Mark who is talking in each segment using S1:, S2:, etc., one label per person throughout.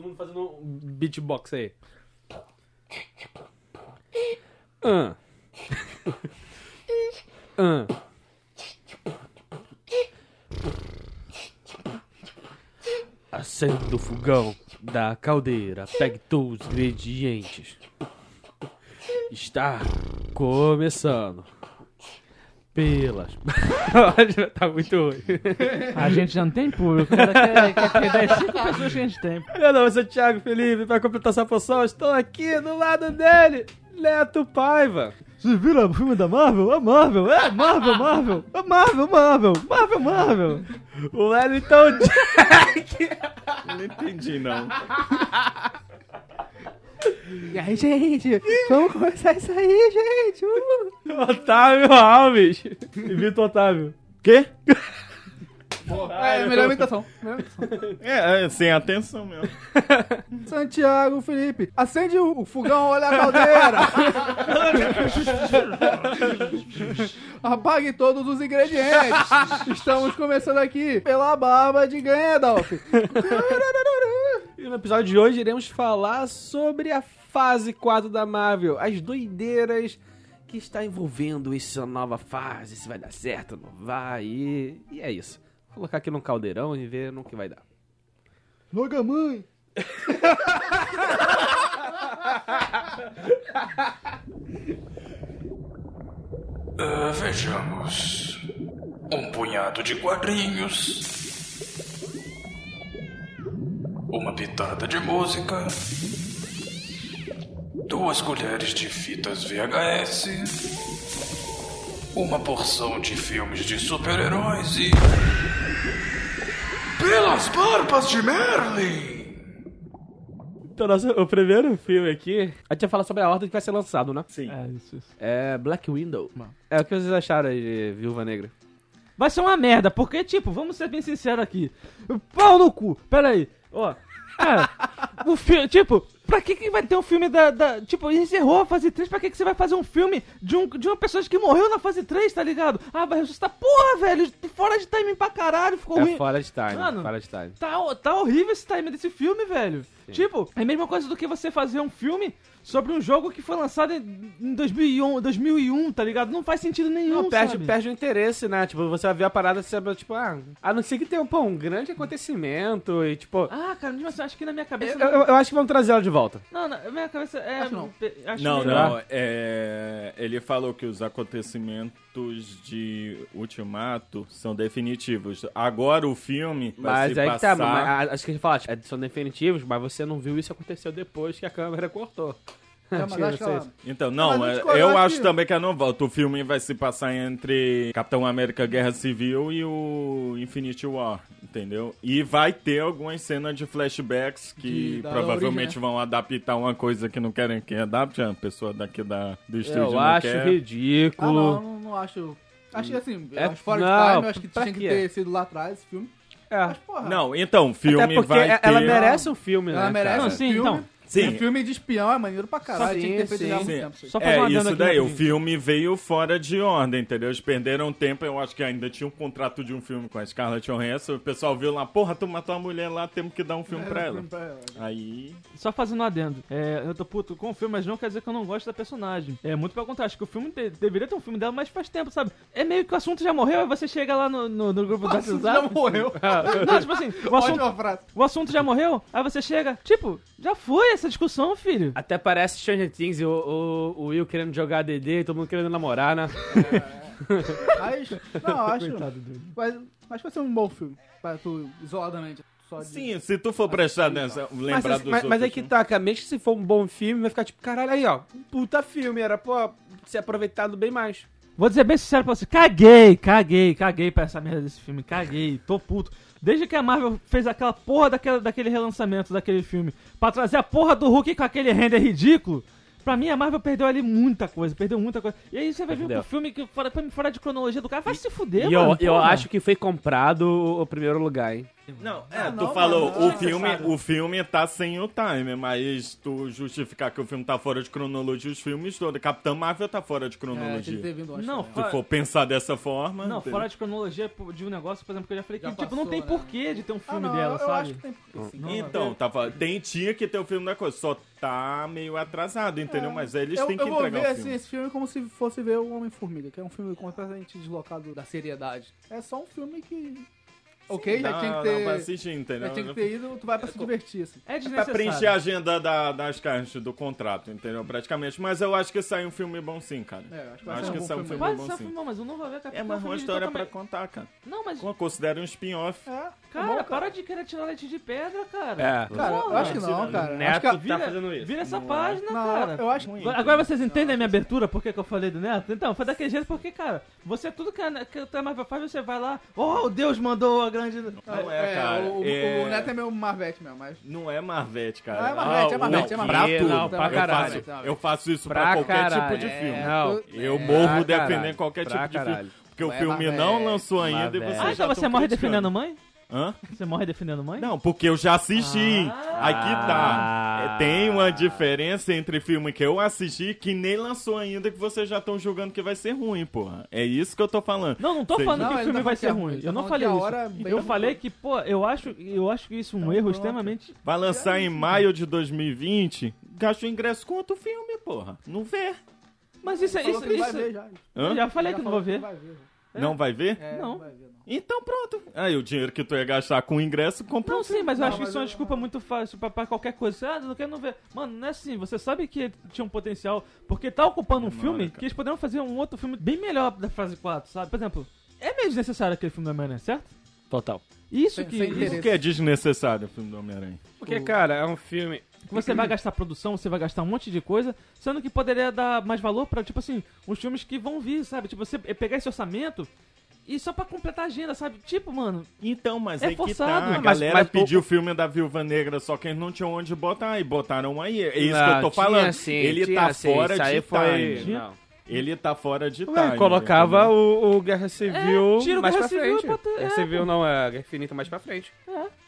S1: mundo fazendo um beatbox aí. Ah. Ah. Acenda o fogão da caldeira, pegue todos os ingredientes. Está começando. Pelas. tá muito ruim.
S2: A gente já não tem público. né? O cara quer, quer perder as cinco pessoas que a gente tem.
S1: Meu nome é Santiago Felipe, para completar essa poção, estou aqui do lado dele, Neto Paiva.
S3: Vocês viram o filme da Marvel? É Marvel, é Marvel, Marvel, é Marvel, Marvel, Marvel, Marvel.
S1: O Wellington Jack.
S4: Não entendi, não.
S3: E aí, gente, vamos começar isso aí, gente. uh.
S1: Otávio Alves. E Vitor Otávio.
S4: Quê?
S3: É, melhor imitação.
S4: É, é, sem atenção mesmo.
S3: Santiago, Felipe, acende o o fogão, olha a caldeira. Apague todos os ingredientes. Estamos começando aqui pela barba de Gandalf.
S1: E no episódio de hoje iremos falar sobre a fase 4 da Marvel, as doideiras que está envolvendo essa nova fase, se vai dar certo, não vai, e, e é isso. Vou colocar aqui num caldeirão e ver no que vai dar.
S3: Loga mãe.
S5: Ah, vejamos. Um punhado de quadrinhos. Uma pitada de música. Duas colheres de fitas VHS. Uma porção de filmes de super-heróis e. Pelas barbas de Merlin!
S1: Então, nosso, o primeiro filme aqui, a gente vai falar sobre a ordem que vai ser lançado, né?
S4: Sim.
S2: É, isso, isso.
S1: É Black Window.
S2: Mano.
S1: É o que vocês acharam aí de Viúva Negra?
S2: Vai ser uma merda, porque, tipo, vamos ser bem sinceros aqui. Pau no cu, pera aí. Ó, cara, o filme, tipo, pra que que vai ter um filme da, da- Tipo, encerrou a fase 3, pra que que você vai fazer um filme de, um, de uma pessoa que morreu na fase 3, tá ligado? Ah, vai ressuscitar, porra, velho, fora de timing pra caralho, ficou ruim.
S1: É fora de time,
S2: Mano.
S1: fora de time.
S2: Tá, ho- tá horrível esse time desse filme, velho. Tipo, é a mesma coisa do que você fazer um filme sobre um jogo que foi lançado em, em 2001, 2001, tá ligado? Não faz sentido nenhum,
S1: Não, perde,
S2: sabe?
S1: perde o interesse, né? Tipo, você vai ver a parada e você vai, tipo, ah, a não ser que tenha pô, um grande acontecimento e, tipo.
S2: Ah, cara, mas eu acho que na minha
S1: eu,
S2: cabeça...
S1: eu- eu acho que vão trazer ela de volta.
S2: Não, na minha cabeça é...
S3: Acho não.
S2: pe- acho
S4: Não,
S2: melhor.
S4: não. é, ele falou que os acontecimentos de Ultimato são definitivos. Agora o filme vai
S1: Mas
S4: se
S1: aí que tá,
S4: passar...
S1: mas, a- acho que a gente fala, tipo, é, são definitivos, mas você não viu isso acontecer depois que a câmera cortou.
S3: É, mas acho que ela-
S4: Então, não,
S3: Mas a gente
S4: é-
S3: coloca
S4: eu acho
S3: aqui.
S4: também que ela não volta. O filme vai se passar entre Capitão América Guerra Civil e o Infinity War, entendeu? E vai ter algumas cenas de flashbacks que
S3: De- da
S4: provavelmente
S3: origem,
S4: vão adaptar uma coisa que não querem que adapte. A pessoa daqui da, do estúdio
S1: Eu
S4: não
S1: acho
S4: quer.
S3: Ah,
S1: ridículo.
S3: não, não, não acho. Acho que assim,
S1: É,
S3: eu acho fora
S1: não,
S3: de time, eu acho que
S1: pra
S3: tinha que
S1: quê?
S3: ter sido lá atrás esse filme.
S1: É.
S3: Mas, porra,
S4: Não, então, o filme
S1: Até porque
S4: vai
S1: e-
S4: ter...
S1: ela merece um filme, né?
S3: ela merece
S1: cara?
S2: Não,
S3: um
S2: sim,
S3: filme.
S2: então.
S4: Sim.
S3: Um filme de espião é maneiro pra caralho.
S1: Sim,
S3: tinha que ter feito
S1: sim.
S3: já há muito
S4: Sim.
S3: tempo. isso aí.
S2: Só fazer uma
S4: É
S2: adendo
S4: isso
S2: aqui
S4: daí, o
S2: rapidinho.
S4: filme veio fora de ordem, entendeu? Eles perderam tempo, eu acho que ainda tinha um contrato de um filme com a Scarlett Johansson, o pessoal viu lá, porra, tu matou a mulher lá, temos que dar um
S3: É,
S4: filme pra ela. Aí.
S2: Só fazendo um adendo. É, eu tô puto com o filme, mas não quer dizer que eu não gosto da personagem. É muito pelo contrário. Acho que o filme te- deveria ter um filme dela, mas faz tempo, sabe? É meio que o assunto já morreu, aí você chega lá no, no, no grupo do
S3: Nossa, já
S2: WhatsApp.
S3: morreu.
S2: Não, tipo assim, o assunto,
S3: Ótima frase.
S2: o assunto já morreu, aí você chega. Tipo, já foi essa discussão, filho.
S1: Até parece Stranger Things, o, o, o Will querendo jogar DD e todo mundo querendo namorar, né?
S3: Mas, não, acho. Mas, mas vai ser um bom filme. Pra tu, isoladamente. Só de...
S4: Sim, se tu for prestar atenção, lembrar
S1: Mas,
S4: dos
S1: mas, mas é
S4: outros,
S1: que
S4: né?
S1: tá, cara, mesmo que se for um bom filme, vai ficar tipo, caralho, aí ó, um puta filme, era, pô, ser aproveitado bem mais.
S2: Vou dizer bem sincero pra você. Caguei, caguei, caguei pra essa merda desse filme. Caguei, tô puto. Desde que a Marvel fez aquela porra daquela, daquele relançamento daquele filme pra trazer a porra do Hulk com aquele render ridículo. Pra mim, a Marvel perdeu ali muita coisa, perdeu muita coisa. E aí você vai ver
S1: Perdeu.
S2: o filme que fora, pra mim, fora de cronologia do cara vai se fuder,
S1: E eu,
S2: mano.
S1: eu
S2: porra.
S1: acho que foi comprado o primeiro lugar, hein?
S4: Não, é, tu
S3: não,
S4: falou,
S3: mano, não
S4: o,
S3: é
S4: filme,
S3: necessário.
S4: o filme tá sem o time, mas tu justificar que o filme tá fora de cronologia, os filmes todos. Capitã Marvel tá fora
S3: É,
S4: de
S3: tem que
S4: cronologia.
S3: ter vindo, acho,
S2: Não,
S3: né?
S4: Se for pensar dessa forma.
S2: Não,
S4: entendeu?
S2: fora de cronologia de um negócio, por exemplo, que eu já falei
S3: Já
S2: que tipo, não
S3: passou,
S2: tem
S3: né?
S2: porquê de ter um
S3: Ah,
S2: filme
S3: não,
S2: dela,
S3: eu
S2: sabe?
S3: acho que tem assim. porque sim.
S4: Então, tá, fora- tem tinha que ter o filme da coisa, só tá meio atrasado, entendeu? Mas eles
S3: É. eu,
S4: têm que
S3: eu vou ver assim,
S4: entregar o
S3: Esse,
S4: filme.
S3: esse filme como se fosse ver o Homem-Formiga, que é um filme completamente deslocado da seriedade. É só um filme que. ok, já
S4: Dá-
S3: tinha que
S4: dá pra
S3: ter.
S4: assistir, entendeu?
S3: Já tinha que ter ido, tu vai pra se divertir,
S2: É
S3: assim.
S4: É pra
S2: desnecessário.
S4: preencher a agenda da, das caixas do contrato, entendeu? Praticamente. Mas eu acho que sai um filme bom sim, cara.
S3: É, acho que
S4: eu
S3: vai
S4: acho
S3: ser
S4: que
S3: um bom
S4: sai um
S3: filme.
S4: filme
S2: Quase
S4: bom
S2: só
S4: sim.
S2: filmou, mas eu não vou ver Capitão
S4: É, mas uma
S2: Família,
S4: história
S2: então
S4: pra
S2: também-
S4: contar, cara.
S2: Não, mas,
S4: Considere um spin-off.
S3: É, tá
S2: cara,
S3: bom,
S2: para de querer tirar leite de pedra, cara.
S6: É.
S3: Cara, eu
S2: Porra.
S3: acho que não, cara.
S1: Neto
S3: acho que
S1: tá fazendo isso.
S2: Vira essa
S4: é.
S2: página,
S3: a... Não,
S2: cara.
S3: eu acho que.
S2: Agora vocês entendem a minha abertura, por que que eu falei do Neto? Então, foi daquele jeito porque, cara, você tudo que a, que a Marvel faz, você vai lá, oh, Deus mandou a grande... Ah,
S4: Não é, cara.
S3: o, o-
S4: é...
S3: o Neto é meu Marvete mesmo, mas.
S4: Não é Marvete, cara.
S3: Não, é Marvete, é
S4: o-
S3: Marvete, é
S4: não,
S1: Marvete.
S4: Pra tudo.
S1: Não, pra
S4: eu,
S1: caralho.
S4: faço, eu faço isso pra,
S1: Pra
S4: qualquer
S1: caralho. É,
S4: tipo de filme.
S1: Não.
S4: Eu
S1: Pra
S4: morro
S1: caralho.
S4: defendendo qualquer
S1: Pra
S4: tipo de
S1: caralho.
S4: filme. Porque o
S3: Mas é
S4: filme não
S3: Marvete.
S4: lançou ainda e
S1: Marvete.
S4: vocês
S2: Ah,
S4: já
S2: então você
S4: tão
S2: morre
S4: criticando.
S2: defendendo mãe?
S4: Hã?
S2: Você morre defendendo mãe?
S4: Não, porque eu já assisti.
S2: Ah.
S4: Aqui
S1: Ah.
S4: tá. É, Tem uma diferença entre filme que eu assisti que nem lançou ainda que vocês já estão julgando que vai ser ruim, porra. É isso que eu tô falando.
S2: Não, não tô
S4: Sim.
S2: falando
S3: Não,
S2: que o
S3: ele
S2: filme
S3: tá
S2: vai
S3: falando
S2: ser
S3: que é
S2: ruim. Eu
S3: ruim, tá
S2: não
S3: falando que
S2: falei
S3: a
S2: isso.
S3: hora é bem
S2: Eu
S3: ruim. Tá
S2: falei que, pô, eu acho, eu acho que isso é um erro extremamente.
S4: Vai lançar em maio de 2020, gasta o ingresso com outro filme, porra. Não vê.
S2: Mas isso é
S3: Falou
S2: isso.
S3: Tá que vai
S2: isso-
S3: ver já.
S2: Eu
S4: Hã?
S2: já falei
S3: Já
S2: que não
S3: falou
S2: vou ver.
S3: vai ver.
S4: Não vai ver?
S3: É,
S2: Não.
S3: vai ver, não.
S4: Então pronto. Aí o dinheiro que tu ia gastar com o ingresso, compra
S2: Não,
S4: um
S2: sim, mas eu acho que
S3: mas
S2: isso é uma
S3: eu-
S2: desculpa muito fácil pra, pra qualquer coisa. Você, Ah, não quero não ver. Mano, não é assim. Você sabe que tinha um potencial. Porque tá ocupando um filme
S4: cara.
S2: que eles poderiam fazer um outro filme bem melhor da fase 4, sabe? Por exemplo, é meio desnecessário aquele filme da Homem-Aranha, certo?
S1: Total.
S2: Isso
S3: Sem-
S2: que,
S3: sem
S2: isso
S3: interesse.
S4: Por que é desnecessário o filme do Homem-Aranha?
S1: Porque, cara, é um filme.
S2: que você vai gastar produção, você vai gastar um monte de coisa, sendo que poderia dar mais valor pra, tipo assim, os filmes que vão vir, sabe? Tipo, você pegar esse orçamento e só pra completar a agenda, sabe? Tipo, mano,
S4: Então, mas
S2: É
S4: é, que tá.
S2: forçado.
S4: A
S3: né?
S2: Mas-
S4: galera
S1: mas
S4: pediu o filme da Viúva Negra, só que eles não tinham onde botar, e botaram aí. É isso
S1: Não,
S4: que eu tô
S1: tinha
S4: falando.
S1: sim,
S4: ele
S1: tinha
S4: tá
S1: sim,
S4: fora
S1: isso aí
S4: de
S1: foi-
S4: time.
S1: não.
S4: Ele tá fora de
S1: Ué,
S4: time.
S1: colocava
S4: entendeu?
S1: o, o Guerra Civil
S2: É, tira o
S1: mais
S2: Guerra
S1: pra
S2: Civil
S1: frente.
S2: pra ter-
S1: Guerra
S2: é,
S1: Civil não, é Guerra Infinita mais pra frente.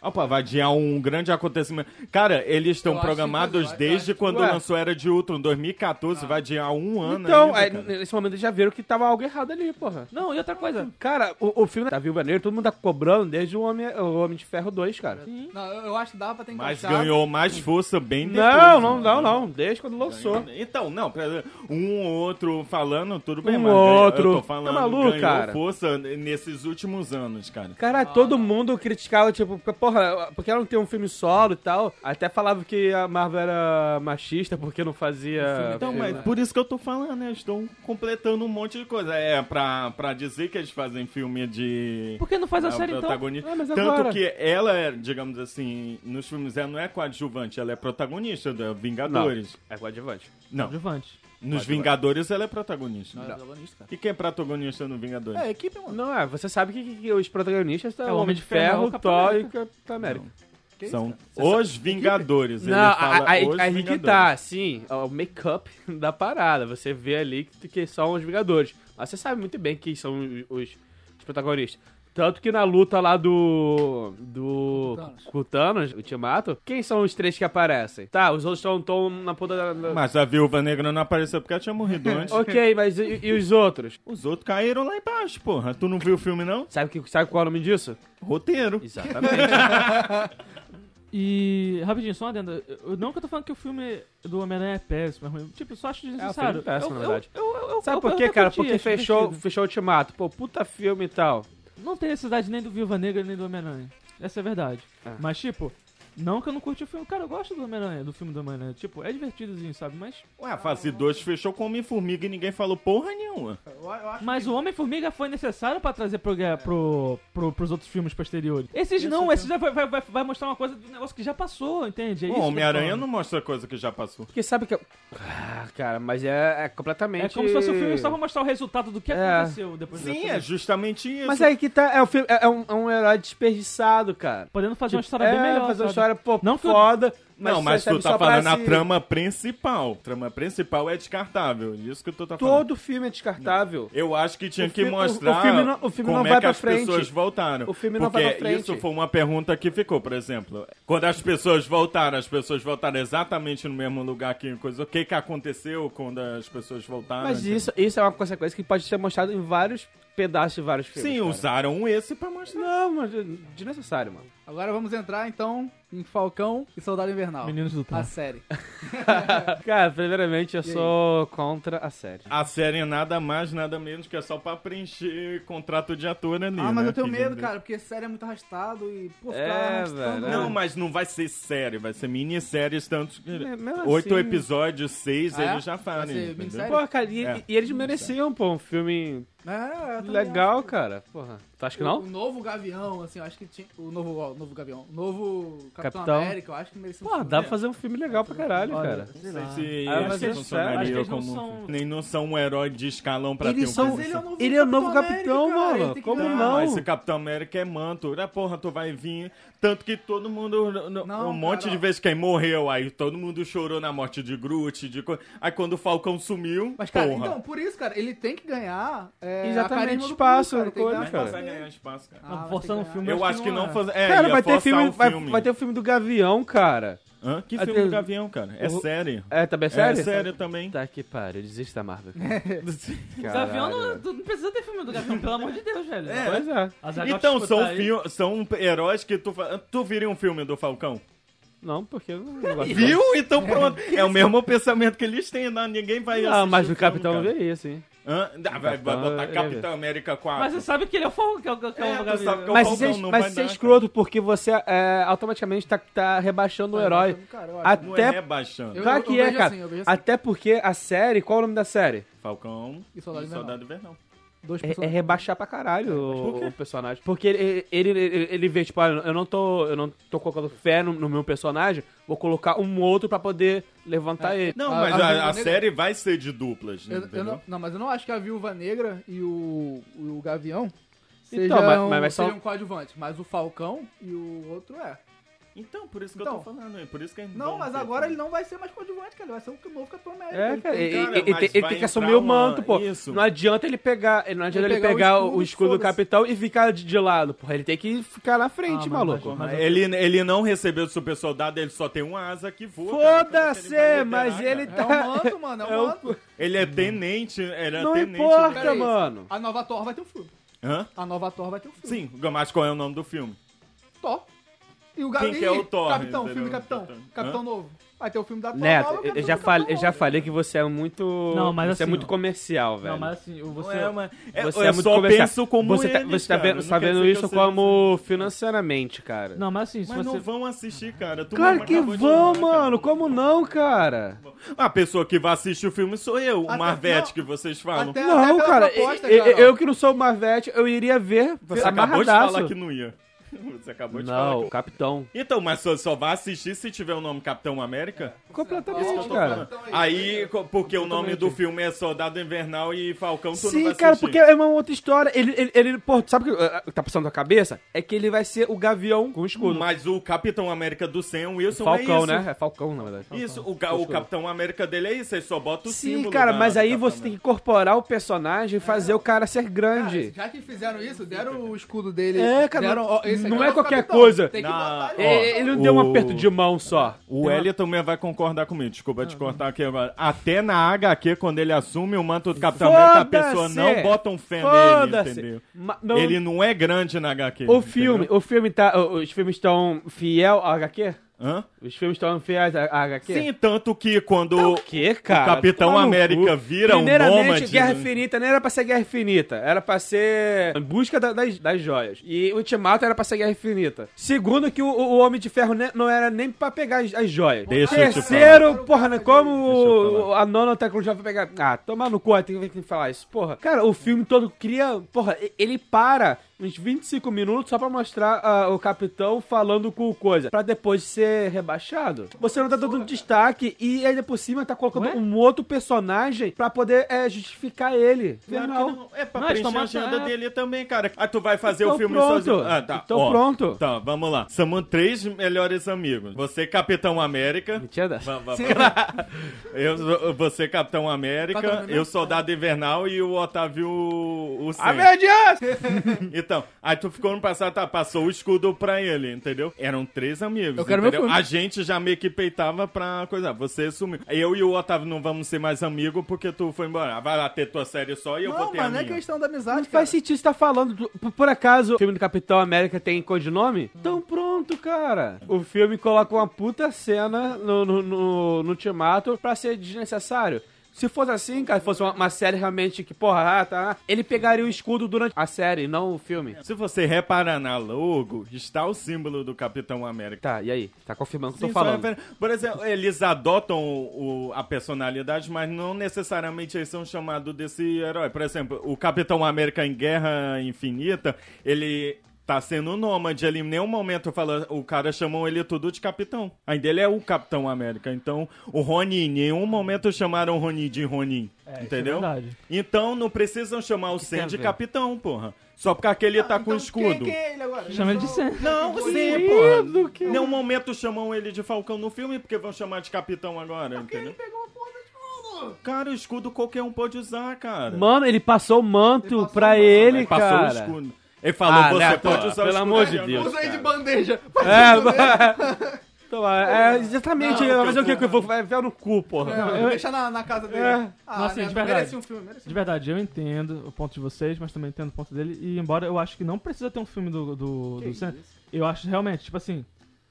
S4: Opa, vai adiar um grande acontecimento. Cara, eles
S3: Eu
S4: estão
S3: acho que
S4: programados
S3: vai- Tá.
S4: desde quando
S1: Ué.
S4: lançou Era de Ultron, 2014, vai adiar um ano
S1: então, aí,
S4: ainda, cara.
S1: nesse momento eles já viram que tava algo errado ali, porra.
S2: não, e outra coisa.
S1: Cara, o, o filme da Viúva Negra, todo mundo tá cobrando desde o Homem, o Homem de Ferro 2, cara.
S3: Não, eu- eu acho que dava pra ter
S4: Mas
S3: encaixado.
S4: ganhou mais força bem depois.
S1: Não, não,
S4: né?
S1: não, não. Desde quando lançou.
S4: Então, não, pra- um ou outro falando, tudo bem,
S1: Um
S4: mas
S1: outro.
S4: eu tô falando,
S1: Tá maluco,
S4: ganhou
S1: cara? Tá
S4: força nesses últimos anos, cara.
S1: Cara, todo mundo criticava, tipo, porque, porra, porque ela não tem um filme solo e tal. Até falava que a Marvel era machista porque não fazia.
S4: Então, mas por isso que eu tô falando, né? Estão completando um monte de coisa. É, pra, pra dizer que eles fazem filme de...
S2: Por que não faz a
S4: da
S2: série então?
S4: É protagonista.
S1: Ah, mas
S4: Tanto
S1: agora-
S4: que ela, é, digamos assim, nos filmes, ela não é coadjuvante, ela é protagonista da Vingadores.
S1: É coadjuvante.
S4: Não,
S2: Adjuvante.
S4: nos Vingadores ela é protagonista.
S3: Não, é protagonista, cara.
S4: E quem é protagonista no Vingadores?
S3: É, a equipe, mano.
S1: Não, é, você sabe que, que- que os protagonistas são
S2: É
S1: o Homem de Ferro,
S2: Capitão
S1: Thor e
S2: América.
S1: Capitão América.
S3: Que isso,
S4: São
S3: cara?
S4: os Vingadores.
S1: Não,
S4: ele fala
S1: a- a- aí
S4: os
S1: aí que
S4: Vingadores.
S1: tá, sim, é o make-up da parada. Você vê ali que, que são os Vingadores. Mas você sabe muito bem quem são os, os- os protagonistas. Tanto que na luta lá do. do.
S3: Thanos.
S1: com o Thanos, Ultimato, quem são os três que aparecem? Tá, os outros estão tão na ponta da. da-
S4: Mas a viúva negra não apareceu porque ela tinha morrido antes.
S1: Ok, mas e, e os outros?
S4: Os outros caíram lá embaixo, porra. Tu não viu o filme, não?
S1: Sabe, que, sabe qual é o nome disso?
S4: Roteiro.
S1: Exatamente.
S2: E, rapidinho, só um adendo. Eu, eu- não que eu tô falando que o filme do Homem-Aranha é péssimo, é ruim. Tipo, eu só acho desnecessário.
S1: um filme péssimo,
S2: Eu-
S1: na
S2: eu-
S1: verdade.
S2: eu- eu- eu-
S1: Sabe
S2: eu-
S1: por
S2: eu
S1: quê,
S2: até
S1: cara?
S2: curti,
S1: Porque
S2: achei
S1: fechou,
S2: é divertido.
S1: fechou o Ultimato. Pô, puta filme e tal.
S2: Não tem necessidade nem do Viúva Negra nem do Homem-Aranha. Essa é a verdade. Mas, tipo, não que eu não curti o filme. Cara, eu gosto do Homem-Aranha, do filme do Homem-Aranha. Tipo, é divertidozinho, sabe? Mas,
S4: Ué, a Ah, fase 2 fechou com Homem-Formiga e ninguém falou porra nenhuma.
S3: Eu, eu acho
S2: mas o Homem-Formiga foi necessário pra trazer pro, ga- pro, pro, pros outros filmes posteriores. Esses
S1: é
S2: não, esses já vai, vai, vai- vai mostrar uma coisa do negócio que já passou, entende? É isso
S4: Bom,
S2: que eu tô
S4: Homem-Aranha
S2: falando.
S4: não mostra coisa que já passou.
S1: Porque sabe que. eu- Ah, cara, mas é, é completamente.
S2: É como se fosse um filme só pra mostrar o resultado do que
S1: É.
S2: aconteceu depois da
S4: Sim,
S2: filme.
S4: é justamente isso.
S1: Mas aí que tá. É um, filme, é, é um, é um herói desperdiçado, cara.
S2: Podendo fazer uma
S1: Tipo,
S2: história bem
S1: é,
S2: melhor.
S1: fazer uma
S2: sabe?
S6: história, pô,
S2: Não que eu-
S6: foda. Mas
S4: Não, mas tu
S6: serve
S4: tá
S6: só pra
S4: falando a
S6: se-
S4: trama principal. Trama principal é descartável. Isso que tu tá falando.
S6: Todo filme é descartável.
S4: Eu acho que tinha
S6: O
S4: que
S6: fi- o- o
S4: mostrar
S6: filme não- o filme
S4: como
S6: não
S4: é
S6: vai
S4: que
S6: pra
S4: as
S6: frente.
S4: pessoas voltaram.
S6: O filme não vai
S4: Porque
S6: pra frente.
S4: isso foi uma pergunta que ficou, por exemplo. Quando as pessoas voltaram, as pessoas voltaram exatamente no mesmo lugar que coisa. O que que aconteceu quando as pessoas voltaram?
S1: Mas isso, isso é uma consequência que pode ser mostrada em vários pedaços de vários filmes.
S4: Sim,
S1: cara.
S4: usaram esse pra mostrar.
S1: Não, mas é desnecessário, mano.
S3: Agora vamos entrar, então, em Falcão e Soldado Invernal.
S2: Meninos do
S3: A
S2: Trump.
S3: série.
S1: Cara, primeiramente, eu sou contra a série.
S4: A série é nada mais, nada menos que é só pra preencher contrato de ator ali.
S3: Ah, mas
S4: né?
S3: eu tenho
S4: Que
S3: medo,
S4: já-
S3: cara, porque série é muito arrastado e, pô, ficar
S1: É,
S3: arrastando. né?
S1: velho,
S4: Não, mas não vai ser série, vai ser minissérie, tanto que
S1: mesmo
S4: oito
S1: assim-
S4: episódios, seis,
S3: Ah, é?
S4: eles já
S3: Vai ser
S4: fazem. entendeu?
S3: minissérie?
S1: Pô, cara, e,
S4: É.
S1: e eles mereciam, pô, um filme
S3: É, eu também
S1: legal,
S3: acho.
S1: cara. Porra. Tu acha que
S3: O, o
S1: não?
S3: novo Gavião, assim, eu acho que tinha. O novo, ó, o novo Gavião. O novo Capitão,
S1: Capitão.
S3: América, eu acho que merecia um
S1: Pô,
S3: filme
S1: dá pra
S3: dele.
S1: fazer um filme legal pra caralho, cara.
S4: Não sei se
S1: Ah, mas
S4: acho que
S1: é sério, acho que
S4: funcionaria
S1: eles não
S4: como.
S1: são-
S4: Nem não são um herói de escalão pra ter um
S3: são-
S4: filme.
S3: Mas ele é o novo
S1: Ele é o novo
S3: Capitão
S1: capitão,
S3: América, cara, ele
S1: mano.
S3: tem que
S1: Como
S3: ganhar.
S4: Não,
S1: não?
S4: esse Capitão América é manto. Ah, porra, tu vai vir. Tanto que todo mundo. n- n-
S3: Não,
S4: um monte
S3: cara,
S4: de
S3: ó.
S4: vezes quem morreu. Aí todo mundo chorou na morte de Groot. De... co- Aí quando o Falcão sumiu.
S3: Mas, cara,
S4: porra.
S3: então, por isso, cara, ele tem que ganhar. É,
S1: Exatamente,
S3: a carisma do
S1: espaço,
S3: público,
S1: coisa,
S3: Ele tem que ganhar
S4: Mas
S1: cara.
S3: espaço
S4: não vai
S3: dele.
S4: é ganhar espaço, cara.
S3: Ah, vai ter
S2: forçando
S3: que
S2: o
S3: ganhar.
S2: filme,
S4: eu acho que não faz. É,
S1: cara,
S4: ia
S1: vai ter
S4: forçar
S1: filme,
S4: o
S1: vai,
S4: filme.
S1: vai ter o filme do Gavião, cara.
S4: Hã? Que
S1: Vai
S4: filme
S1: ter-
S4: do Gavião, cara? É
S1: O-
S4: série.
S1: É, também é sério?
S4: É sério também.
S1: Tá que pariu, desiste da Marvel.
S2: Gavião
S1: Caralho,
S2: não, é-
S1: velho.
S2: tu não precisa ter filme do Gavião, pelo amor de Deus, velho.
S1: Pois é.
S2: Azaghal
S4: Então,
S2: te
S4: são,
S2: escutar tá aí.
S4: fio- são um heróis que tu. fa- Tu viria um filme do Falcão?
S1: Não, porque eu não gosto.
S4: Viu? Então pronto. É o mesmo pensamento que eles têm, não, ninguém vai
S1: Não,
S4: assistir
S1: Ah, mas o
S4: filme,
S1: Capitão
S4: cara.
S1: veio isso, hein?
S4: Hã? Ah, vai, vai botar Capitão América 4.
S2: Mas você sabe que ele é o Falcão, que é o, que é o
S4: É, tu
S2: Gavião.
S4: sabe que é o
S1: Mas
S4: Falcão
S1: isso é,
S4: não vai
S1: mas isso é
S4: dar,
S1: escroto, porque você é, automaticamente tá, tá rebaixando o herói.
S3: Cara, eu acho-
S4: Não
S1: Até
S4: é rebaixando.
S3: Eu-
S1: Claro que é,
S3: vejo
S1: cara.
S3: assim, eu vejo assim.
S1: Até porque a série, qual é o nome da série?
S4: Falcão
S3: E assim, Soldado
S4: e
S3: Invernal.
S4: Soldado Invernal.
S3: Dois
S4: Tipo,
S1: É, é
S3: personagens.
S1: rebaixar pra caralho
S4: Por
S1: o,
S4: quê?
S1: o personagem. Porque ele, ele, ele, ele vê, tipo, ah, eu não tô, eu não tô colocando fé no, no meu personagem, vou colocar um outro pra poder levantar ele.
S4: É. Não,
S3: A-
S4: mas
S3: Ah, a
S4: a,
S3: Viúva
S4: a
S3: Negra-
S4: série vai ser de duplas, né?
S3: Eu- eu não, não, mas eu não acho que a Viúva Negra e o, o Gavião sejam,
S1: Então, mas- mas- mas são-
S3: seriam coadjuvantes. Mas o Falcão e o outro é.
S4: Então, por isso que eu
S3: Então.
S4: tô falando, é por isso que é
S3: Não,
S4: bom
S3: mas
S4: ter-
S3: agora ele não vai ser mais coadjuvante, cara. Ele vai ser o novo Capitão América.
S1: É,
S3: Ele
S1: cara,
S3: tem-
S1: ele,
S4: cara,
S1: ele- ele
S4: mas
S1: tem- ele
S4: vai
S1: tem que assumir
S4: entrar
S1: o manto,
S4: uma-
S1: pô.
S4: isso.
S1: Não adianta ele pegar, não adianta
S3: Ele
S1: ele
S3: pegar o
S1: pegar o
S3: escudo,
S1: o escudo do
S3: foda-se.
S1: capitão e ficar de- de lado, porra. Ele tem que ficar na frente,
S2: mas
S1: maluco.
S2: vai-
S4: Ah, Mas Ele, ele não recebeu o super soldado, ele só tem uma asa que voa. cara.
S1: Foda-se,
S4: Como é que ele vai
S1: mas
S4: liderar,
S1: ele
S4: cara?
S3: É um manto, mano. É um manto.
S4: Ele é tenente, era
S1: Não
S4: tenente.
S1: importa,
S4: do-
S3: Peraí,
S1: mano.
S3: A nova Thor vai ter um filme.
S4: Hã?
S3: A nova Thor vai ter um filme.
S4: Sim, mas qual é o nome do filme?
S3: Thor. E o Gavião.
S4: Quem que é o Thor,
S3: Capitão,
S4: entendeu?
S3: filme Capitão.
S4: Capitão.
S3: Capitão novo. Vai ter o filme da
S4: é
S3: Thor.
S1: é Neto,
S3: nova,
S1: eu,
S3: Capitão
S1: já
S3: do
S1: falei, eu
S3: Capitão
S1: já
S3: novo.
S1: falei que você é muito.
S2: Não, mas
S1: você é
S2: assim,
S1: muito
S2: ó.
S1: comercial, velho.
S2: Não, mas assim, o- você...
S4: Não é, mas- é-
S1: Você
S4: eu
S1: é muito
S4: só
S1: comercial.
S4: penso como
S1: você tá,
S4: eles,
S1: você tá
S4: cara.
S1: vendo, você
S4: Não
S1: tá
S4: quer
S1: vendo
S4: dizer que
S1: isso
S4: eu assim. sei-
S1: como financeiramente, cara.
S2: Não, mas assim, se
S4: Mas
S2: você...
S4: não vão assistir, cara. Tu
S1: Claro
S4: mesmo
S1: que
S4: acabou de
S1: vão,
S4: falar, cara.
S1: mano. Como não, cara?
S4: A pessoa que vai assistir o filme sou eu, o
S3: Até-
S4: Marvete
S3: não.
S4: que vocês falam.
S3: Até-
S1: Não,
S3: pela
S1: cara.
S3: proposta,
S1: eu,
S3: Carol.
S1: eu que não sou Marvete, eu iria ver.
S4: Você acabou de
S1: amarradaço.
S4: falar que não ia. Você acabou de falar que
S1: Não, Capitão.
S4: Então, mas só, só vai assistir se tiver o nome Capitão América?
S3: Isso que eu
S1: Completamente,
S3: tô
S4: É.
S1: cara.
S4: Então
S3: falando.
S4: Aí, co- porque o nome do filme é Soldado Invernal e Falcão, tu não
S1: Sim,
S4: vai
S1: cara,
S4: assistir.
S1: porque é uma outra história. Ele, ele, ele pô, sabe o que ah, tá passando na cabeça? É que ele vai ser o Gavião com o escudo.
S4: Mas o Capitão América do Sam Wilson é
S1: Falcão,
S4: isso.
S1: né? É Falcão, na verdade.
S4: Isso, o, ga- o Capitão América dele é isso, ele só bota o
S1: tá. Sim,
S4: símbolo
S1: cara,
S4: da- né?
S1: mas
S4: do
S1: aí
S4: Capitão
S1: você tem que incorporar o personagem e fazer o cara ser grande.
S3: Cara, já que fizeram isso, deram o escudo dele.
S1: É, cara,
S3: deram, ó, esse aqui
S1: não
S3: o
S1: é
S3: nosso
S1: qualquer
S3: capitão.
S1: coisa.
S3: Tem que
S4: Na-
S3: botar
S4: ó,
S3: ele.
S1: Ele, ele não deu um
S4: o-
S1: aperto de mão só.
S4: O Elliot também vai concordar comigo. Desculpa
S1: Ah,
S4: te cortar aqui agora. Até na HQ, quando ele assume o manto do Capitão América, a pessoa
S1: Foda-se!
S4: não bota um fé nele,
S1: Foda-se.
S4: entendeu?
S1: Ma- não-
S4: Ele não é grande na HQ.
S1: O
S4: entendeu?
S1: filme, o filme tá, o- os filmes estão fiel à HQ?
S4: Hã?
S1: Os filmes estão fiéis à à HQ?
S4: Sim, tanto que quando
S1: Então, o que, cara?
S4: Capitão
S1: Toma no
S4: América
S1: cu.
S4: vira um
S1: Primeiramente,
S4: nômade,
S1: Guerra
S4: né?
S1: Infinita não era pra ser Guerra Infinita. Era pra ser em busca da- das, das joias. E Ultimato era pra ser Guerra Infinita. Segundo, que o, o Homem de Ferro ne- não era nem pra pegar as, as joias.
S4: Deixa eu te
S1: Terceiro,
S3: falar.
S1: porra, né,
S4: Deixa eu
S1: como
S4: falar.
S1: o- a nona tecnologia vai pegar... Ah, tomar no cu, tem que falar isso. Porra, cara, o filme todo cria... Porra, e- ele para... uns 25 minutos só pra mostrar ah, o capitão falando com o coisa, pra depois ser rebaixado. Você não tá dando destaque e ainda por cima tá colocando
S2: Ué?
S1: um outro personagem pra poder é, justificar ele.
S4: Claro
S1: Não.
S4: que não. É pra
S2: Não, eles
S4: preencher a
S2: tomaram-
S4: agenda
S2: é.
S4: dele também, cara. Ah, tu vai fazer
S1: Então
S4: o filme
S1: pronto.
S4: sozinho. Ah, tá.
S1: Então
S4: Ó,
S1: pronto.
S4: Tá, vamos lá. São três melhores amigos. Você, Capitão América.
S1: Mentira dessa.
S4: Va- va- va- eu, você, Capitão América, eu, Soldado Invernal e o Otávio o Senna. Então, aí tu ficou no passado, tá, passou o escudo pra ele, entendeu? Eram três amigos,
S3: Eu quero meu
S4: entendeu?
S3: filme.
S4: A gente já meio que peitava pra coisa, você sumiu. Eu e o Otávio não vamos ser mais amigos porque tu foi embora. Ah, Vai lá ter tua série só e eu vou
S3: Não,
S4: ter a
S3: mas não é
S4: minha.
S3: questão da amizade,
S1: Não
S3: cara.
S1: faz sentido você tá falando. Tu- Por, por acaso, o filme do Capitão América tem codinome? Então pronto, cara. O filme coloca uma puta cena no, no, no, no ultimato pra ser desnecessário. Se fosse assim, cara, fosse uma, uma série realmente que, porra, ah, tá. Ele pegaria o escudo durante a série, não o filme.
S4: Se você reparar na logo, está o símbolo do Capitão América.
S1: Tá, e aí? Tá confirmando o que eu
S4: Sim,
S1: tô
S4: só
S1: falando.
S4: refer- Por exemplo, eles adotam o- o- a personalidade, mas não necessariamente eles são chamados desse herói. Por exemplo, o Capitão América em Guerra Infinita, ele tá sendo um nômade ali. Em nenhum momento fala, o cara chamou ele tudo de capitão. Ainda ele é o Capitão América. Então, o Ronin, em nenhum momento chamaram o Ronin de Ronin. entendeu?
S2: verdade.
S4: então, não precisam chamar o Sam
S1: a
S4: de
S1: ver?
S4: capitão, porra. Só porque aquele tá com escudo.
S3: Quem que é ele agora?
S2: Chama ele de Sam.
S4: Não, sim, pô. Em nenhum momento chamam ele de Falcão no filme, porque vão chamar de Capitão agora, entendeu?
S3: Pegou uma porra de tudo.
S4: Cara, o escudo qualquer um pode usar, cara.
S1: Mano, ele passou o manto
S3: Ele passou o
S1: pra
S3: manto,
S1: ele,
S4: Aí
S1: cara.
S4: né? passou o escudo. Ele falou,
S1: Ah,
S4: você
S1: né,
S4: pode
S1: pô,
S4: usar o
S1: pelo
S4: escudo.
S1: amor de
S4: agora.
S1: Deus.
S3: Usa É, aí de bandeja. Vai se fuder.
S1: É, Então, é, exatamente.
S4: Não,
S1: mas o que que eu vou? Vai ver no cu, porra.
S3: Não,
S2: Eu-
S3: É, Deixa na, na casa dele.
S1: É.
S3: Ah,
S2: Nossa,
S3: Neto,
S2: de verdade.
S3: Merece um filme, merece um
S2: De verdade, eu entendo o ponto de vocês, mas também entendo o ponto dele. E embora eu acho que não precisa ter um filme do, do, do Sam, eu acho realmente, tipo assim,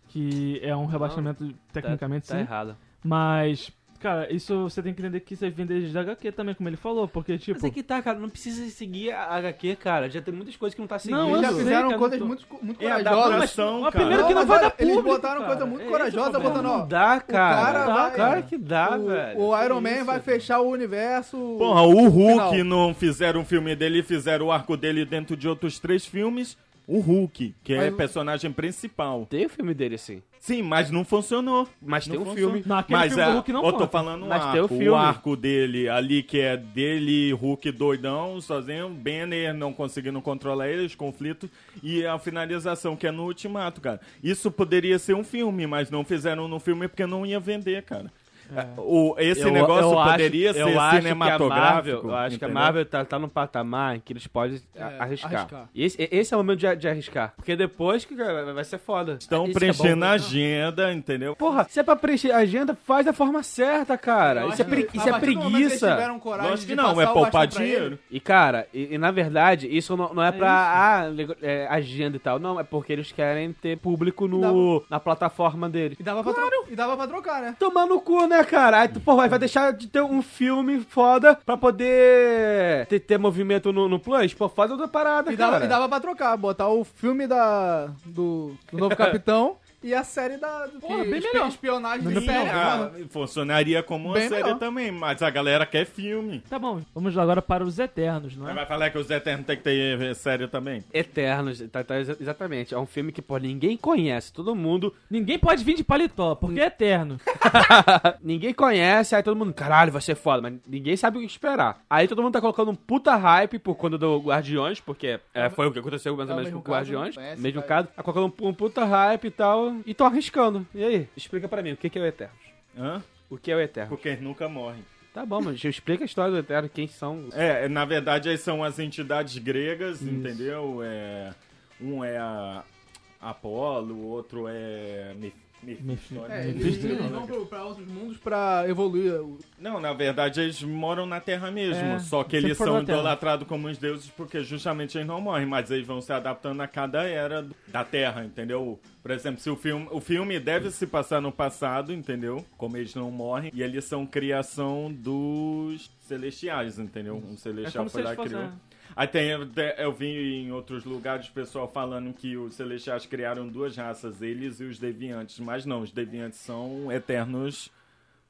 S2: que é um rebaixamento tecnicamente
S1: tá
S2: sim.
S1: errado.
S2: Mas, cara, isso você tem que entender que isso vem desde a HQ também, como ele falou, porque tipo.
S1: Mas é que tá, cara. Não precisa seguir a HQ, cara. Já tem muitas coisas que não tá seguindo.
S2: Não,
S3: filme. Eles
S2: eu
S3: já
S2: sei,
S3: fizeram
S2: cara,
S3: coisas
S2: eu tô-
S3: muito, co- muito
S4: É
S3: corajosas.
S4: adaptação,
S2: mas-
S4: cara.
S2: primeiro que não
S3: mas
S2: vai dar
S3: Eles
S2: público,
S3: botaram
S2: cara.
S3: coisa muito
S2: É esse o
S3: corajosa,
S2: problema.
S3: botando, ó.
S1: Não dá, cara.
S3: cara
S1: Não dá,
S3: vai-
S1: Claro que dá,
S3: o-
S1: velho.
S3: O Iron Man
S2: isso,
S3: vai fechar o universo.
S4: Porra, o Hulk
S3: Final.
S4: não fizeram um filme dele, fizeram o arco dele dentro de outros três filmes. O Hulk, que é
S3: Mas-
S4: personagem principal.
S1: Tem o filme dele, sim.
S4: Sim, mas não funcionou.
S1: Mas
S4: Não
S1: tem um
S4: funcionou.
S1: filme.
S2: Não, aquele
S4: Mas
S2: filme
S4: é,
S2: do Hulk não
S4: eu
S2: conta.
S4: tô falando um
S1: Mas
S4: arco,
S1: tem o
S4: o,
S1: filme.
S4: arco dele ali que é dele, Hulk doidão, sozinho, Banner não conseguindo controlar ele, os conflitos e a finalização que é no Ultimato, cara. Isso poderia ser um filme, mas não fizeram no filme porque não ia vender, cara. É, O, esse
S1: Eu-
S4: negócio
S1: eu acho-
S4: poderia
S1: eu acho
S4: ser
S1: que a Marvel-
S4: cinematográfico.
S1: Eu acho que a
S4: entendeu?
S1: Marvel tá, tá num patamar em que eles podem a- arriscar.
S3: arriscar.
S1: E esse, esse é o momento de, de arriscar. Porque depois que cara, vai ser foda.
S4: Estão
S1: Isso que é
S4: preenchendo
S1: bom.
S4: a agenda, entendeu?
S1: Porra, se é pra preencher a agenda, faz da forma certa, cara.
S3: Eu
S1: Isso é,
S3: acho
S1: pre-
S3: que
S1: isso
S3: a
S1: é
S3: partir do momento que eles
S1: preguiça.
S3: tiveram coragem
S4: Lógico que
S3: de
S4: não, é
S3: passar o
S4: poupar
S3: bastão pra
S4: dinheiro.
S3: ele,
S1: E, cara, e, e na verdade, isso não, não é, pra ah, nego- é, agenda e tal. Não, é porque eles querem ter público no, na plataforma deles.
S3: E dava, pra tro- e dava pra trocar, né?
S1: Tomar no cu, né, cara? Aí, tu, porra, aí vai deixar de ter um filme foda pra poder ter, ter movimento no, no Plus? Pô, faz outra parada,
S3: E
S1: cara.
S3: dava, e dava pra trocar, botar o filme da, do, do Novo Capitão e a série da.
S2: Porra,
S3: que-
S2: bem
S3: espi-
S2: melhor.
S3: Espionagem
S1: é
S4: Sim,
S3: de série.
S4: ah,
S3: mano.
S4: funcionaria como uma
S3: Bem
S4: série
S3: melhor.
S4: também, mas a galera quer filme.
S2: Tá bom, vamos lá agora para os Eternos, não
S4: Mas
S2: é?
S4: vai falar que os Eternos tem que ter sério também.
S1: Eternos, tá- tá exa- exatamente. É um filme que, pô, ninguém conhece. Todo mundo.
S2: Ninguém pode vir de paletó, porque é eterno.
S1: Ninguém conhece, aí todo mundo, caralho, vai ser foda, mas ninguém sabe o que esperar. Aí todo mundo tá colocando um puta hype por conta do Guardiões, porque é, foi o que aconteceu mais
S3: é
S1: ou
S3: o
S1: menos com
S3: mesmo
S1: o
S3: caso,
S1: Guardiões.
S3: não conhece,
S1: mesmo
S3: vai.
S1: caso, tá colocando um, um puta hype e tal, e tão arriscando. E aí? Explica pra mim, o que, que é o Eternos?
S4: Hã?
S1: O que é o Eterno?
S4: Porque eles nunca morrem.
S1: Tá bom, mas explica a história do Eterno, quem são.
S4: É, na verdade, eles são as entidades gregas, entendeu? É, um é a Apolo, o outro é. Mi- Mi-
S2: Mephisto.
S3: É, eles, eles vão pro- pra outros mundos pra evoluir. o-
S4: Não, na verdade, eles moram na Terra mesmo.
S2: É,
S4: só que
S2: sempre
S4: eles
S2: foram
S4: são
S2: da Terra.
S4: idolatrados como os deuses porque justamente eles não morrem, mas eles vão se adaptando a cada era do- da Terra, entendeu? Por exemplo, se o filme, o filme deve se passar no passado, entendeu? Como eles não morrem, e eles são criação dos celestiais, entendeu? Um celestial
S2: É como
S4: foi
S2: se
S4: lá
S2: eles
S4: e criou.
S2: fossem-
S4: Aí tem, eu vi em outros lugares o pessoal falando que os Celestiais criaram duas raças, eles e os Deviantes. Mas não, os Deviantes são eternos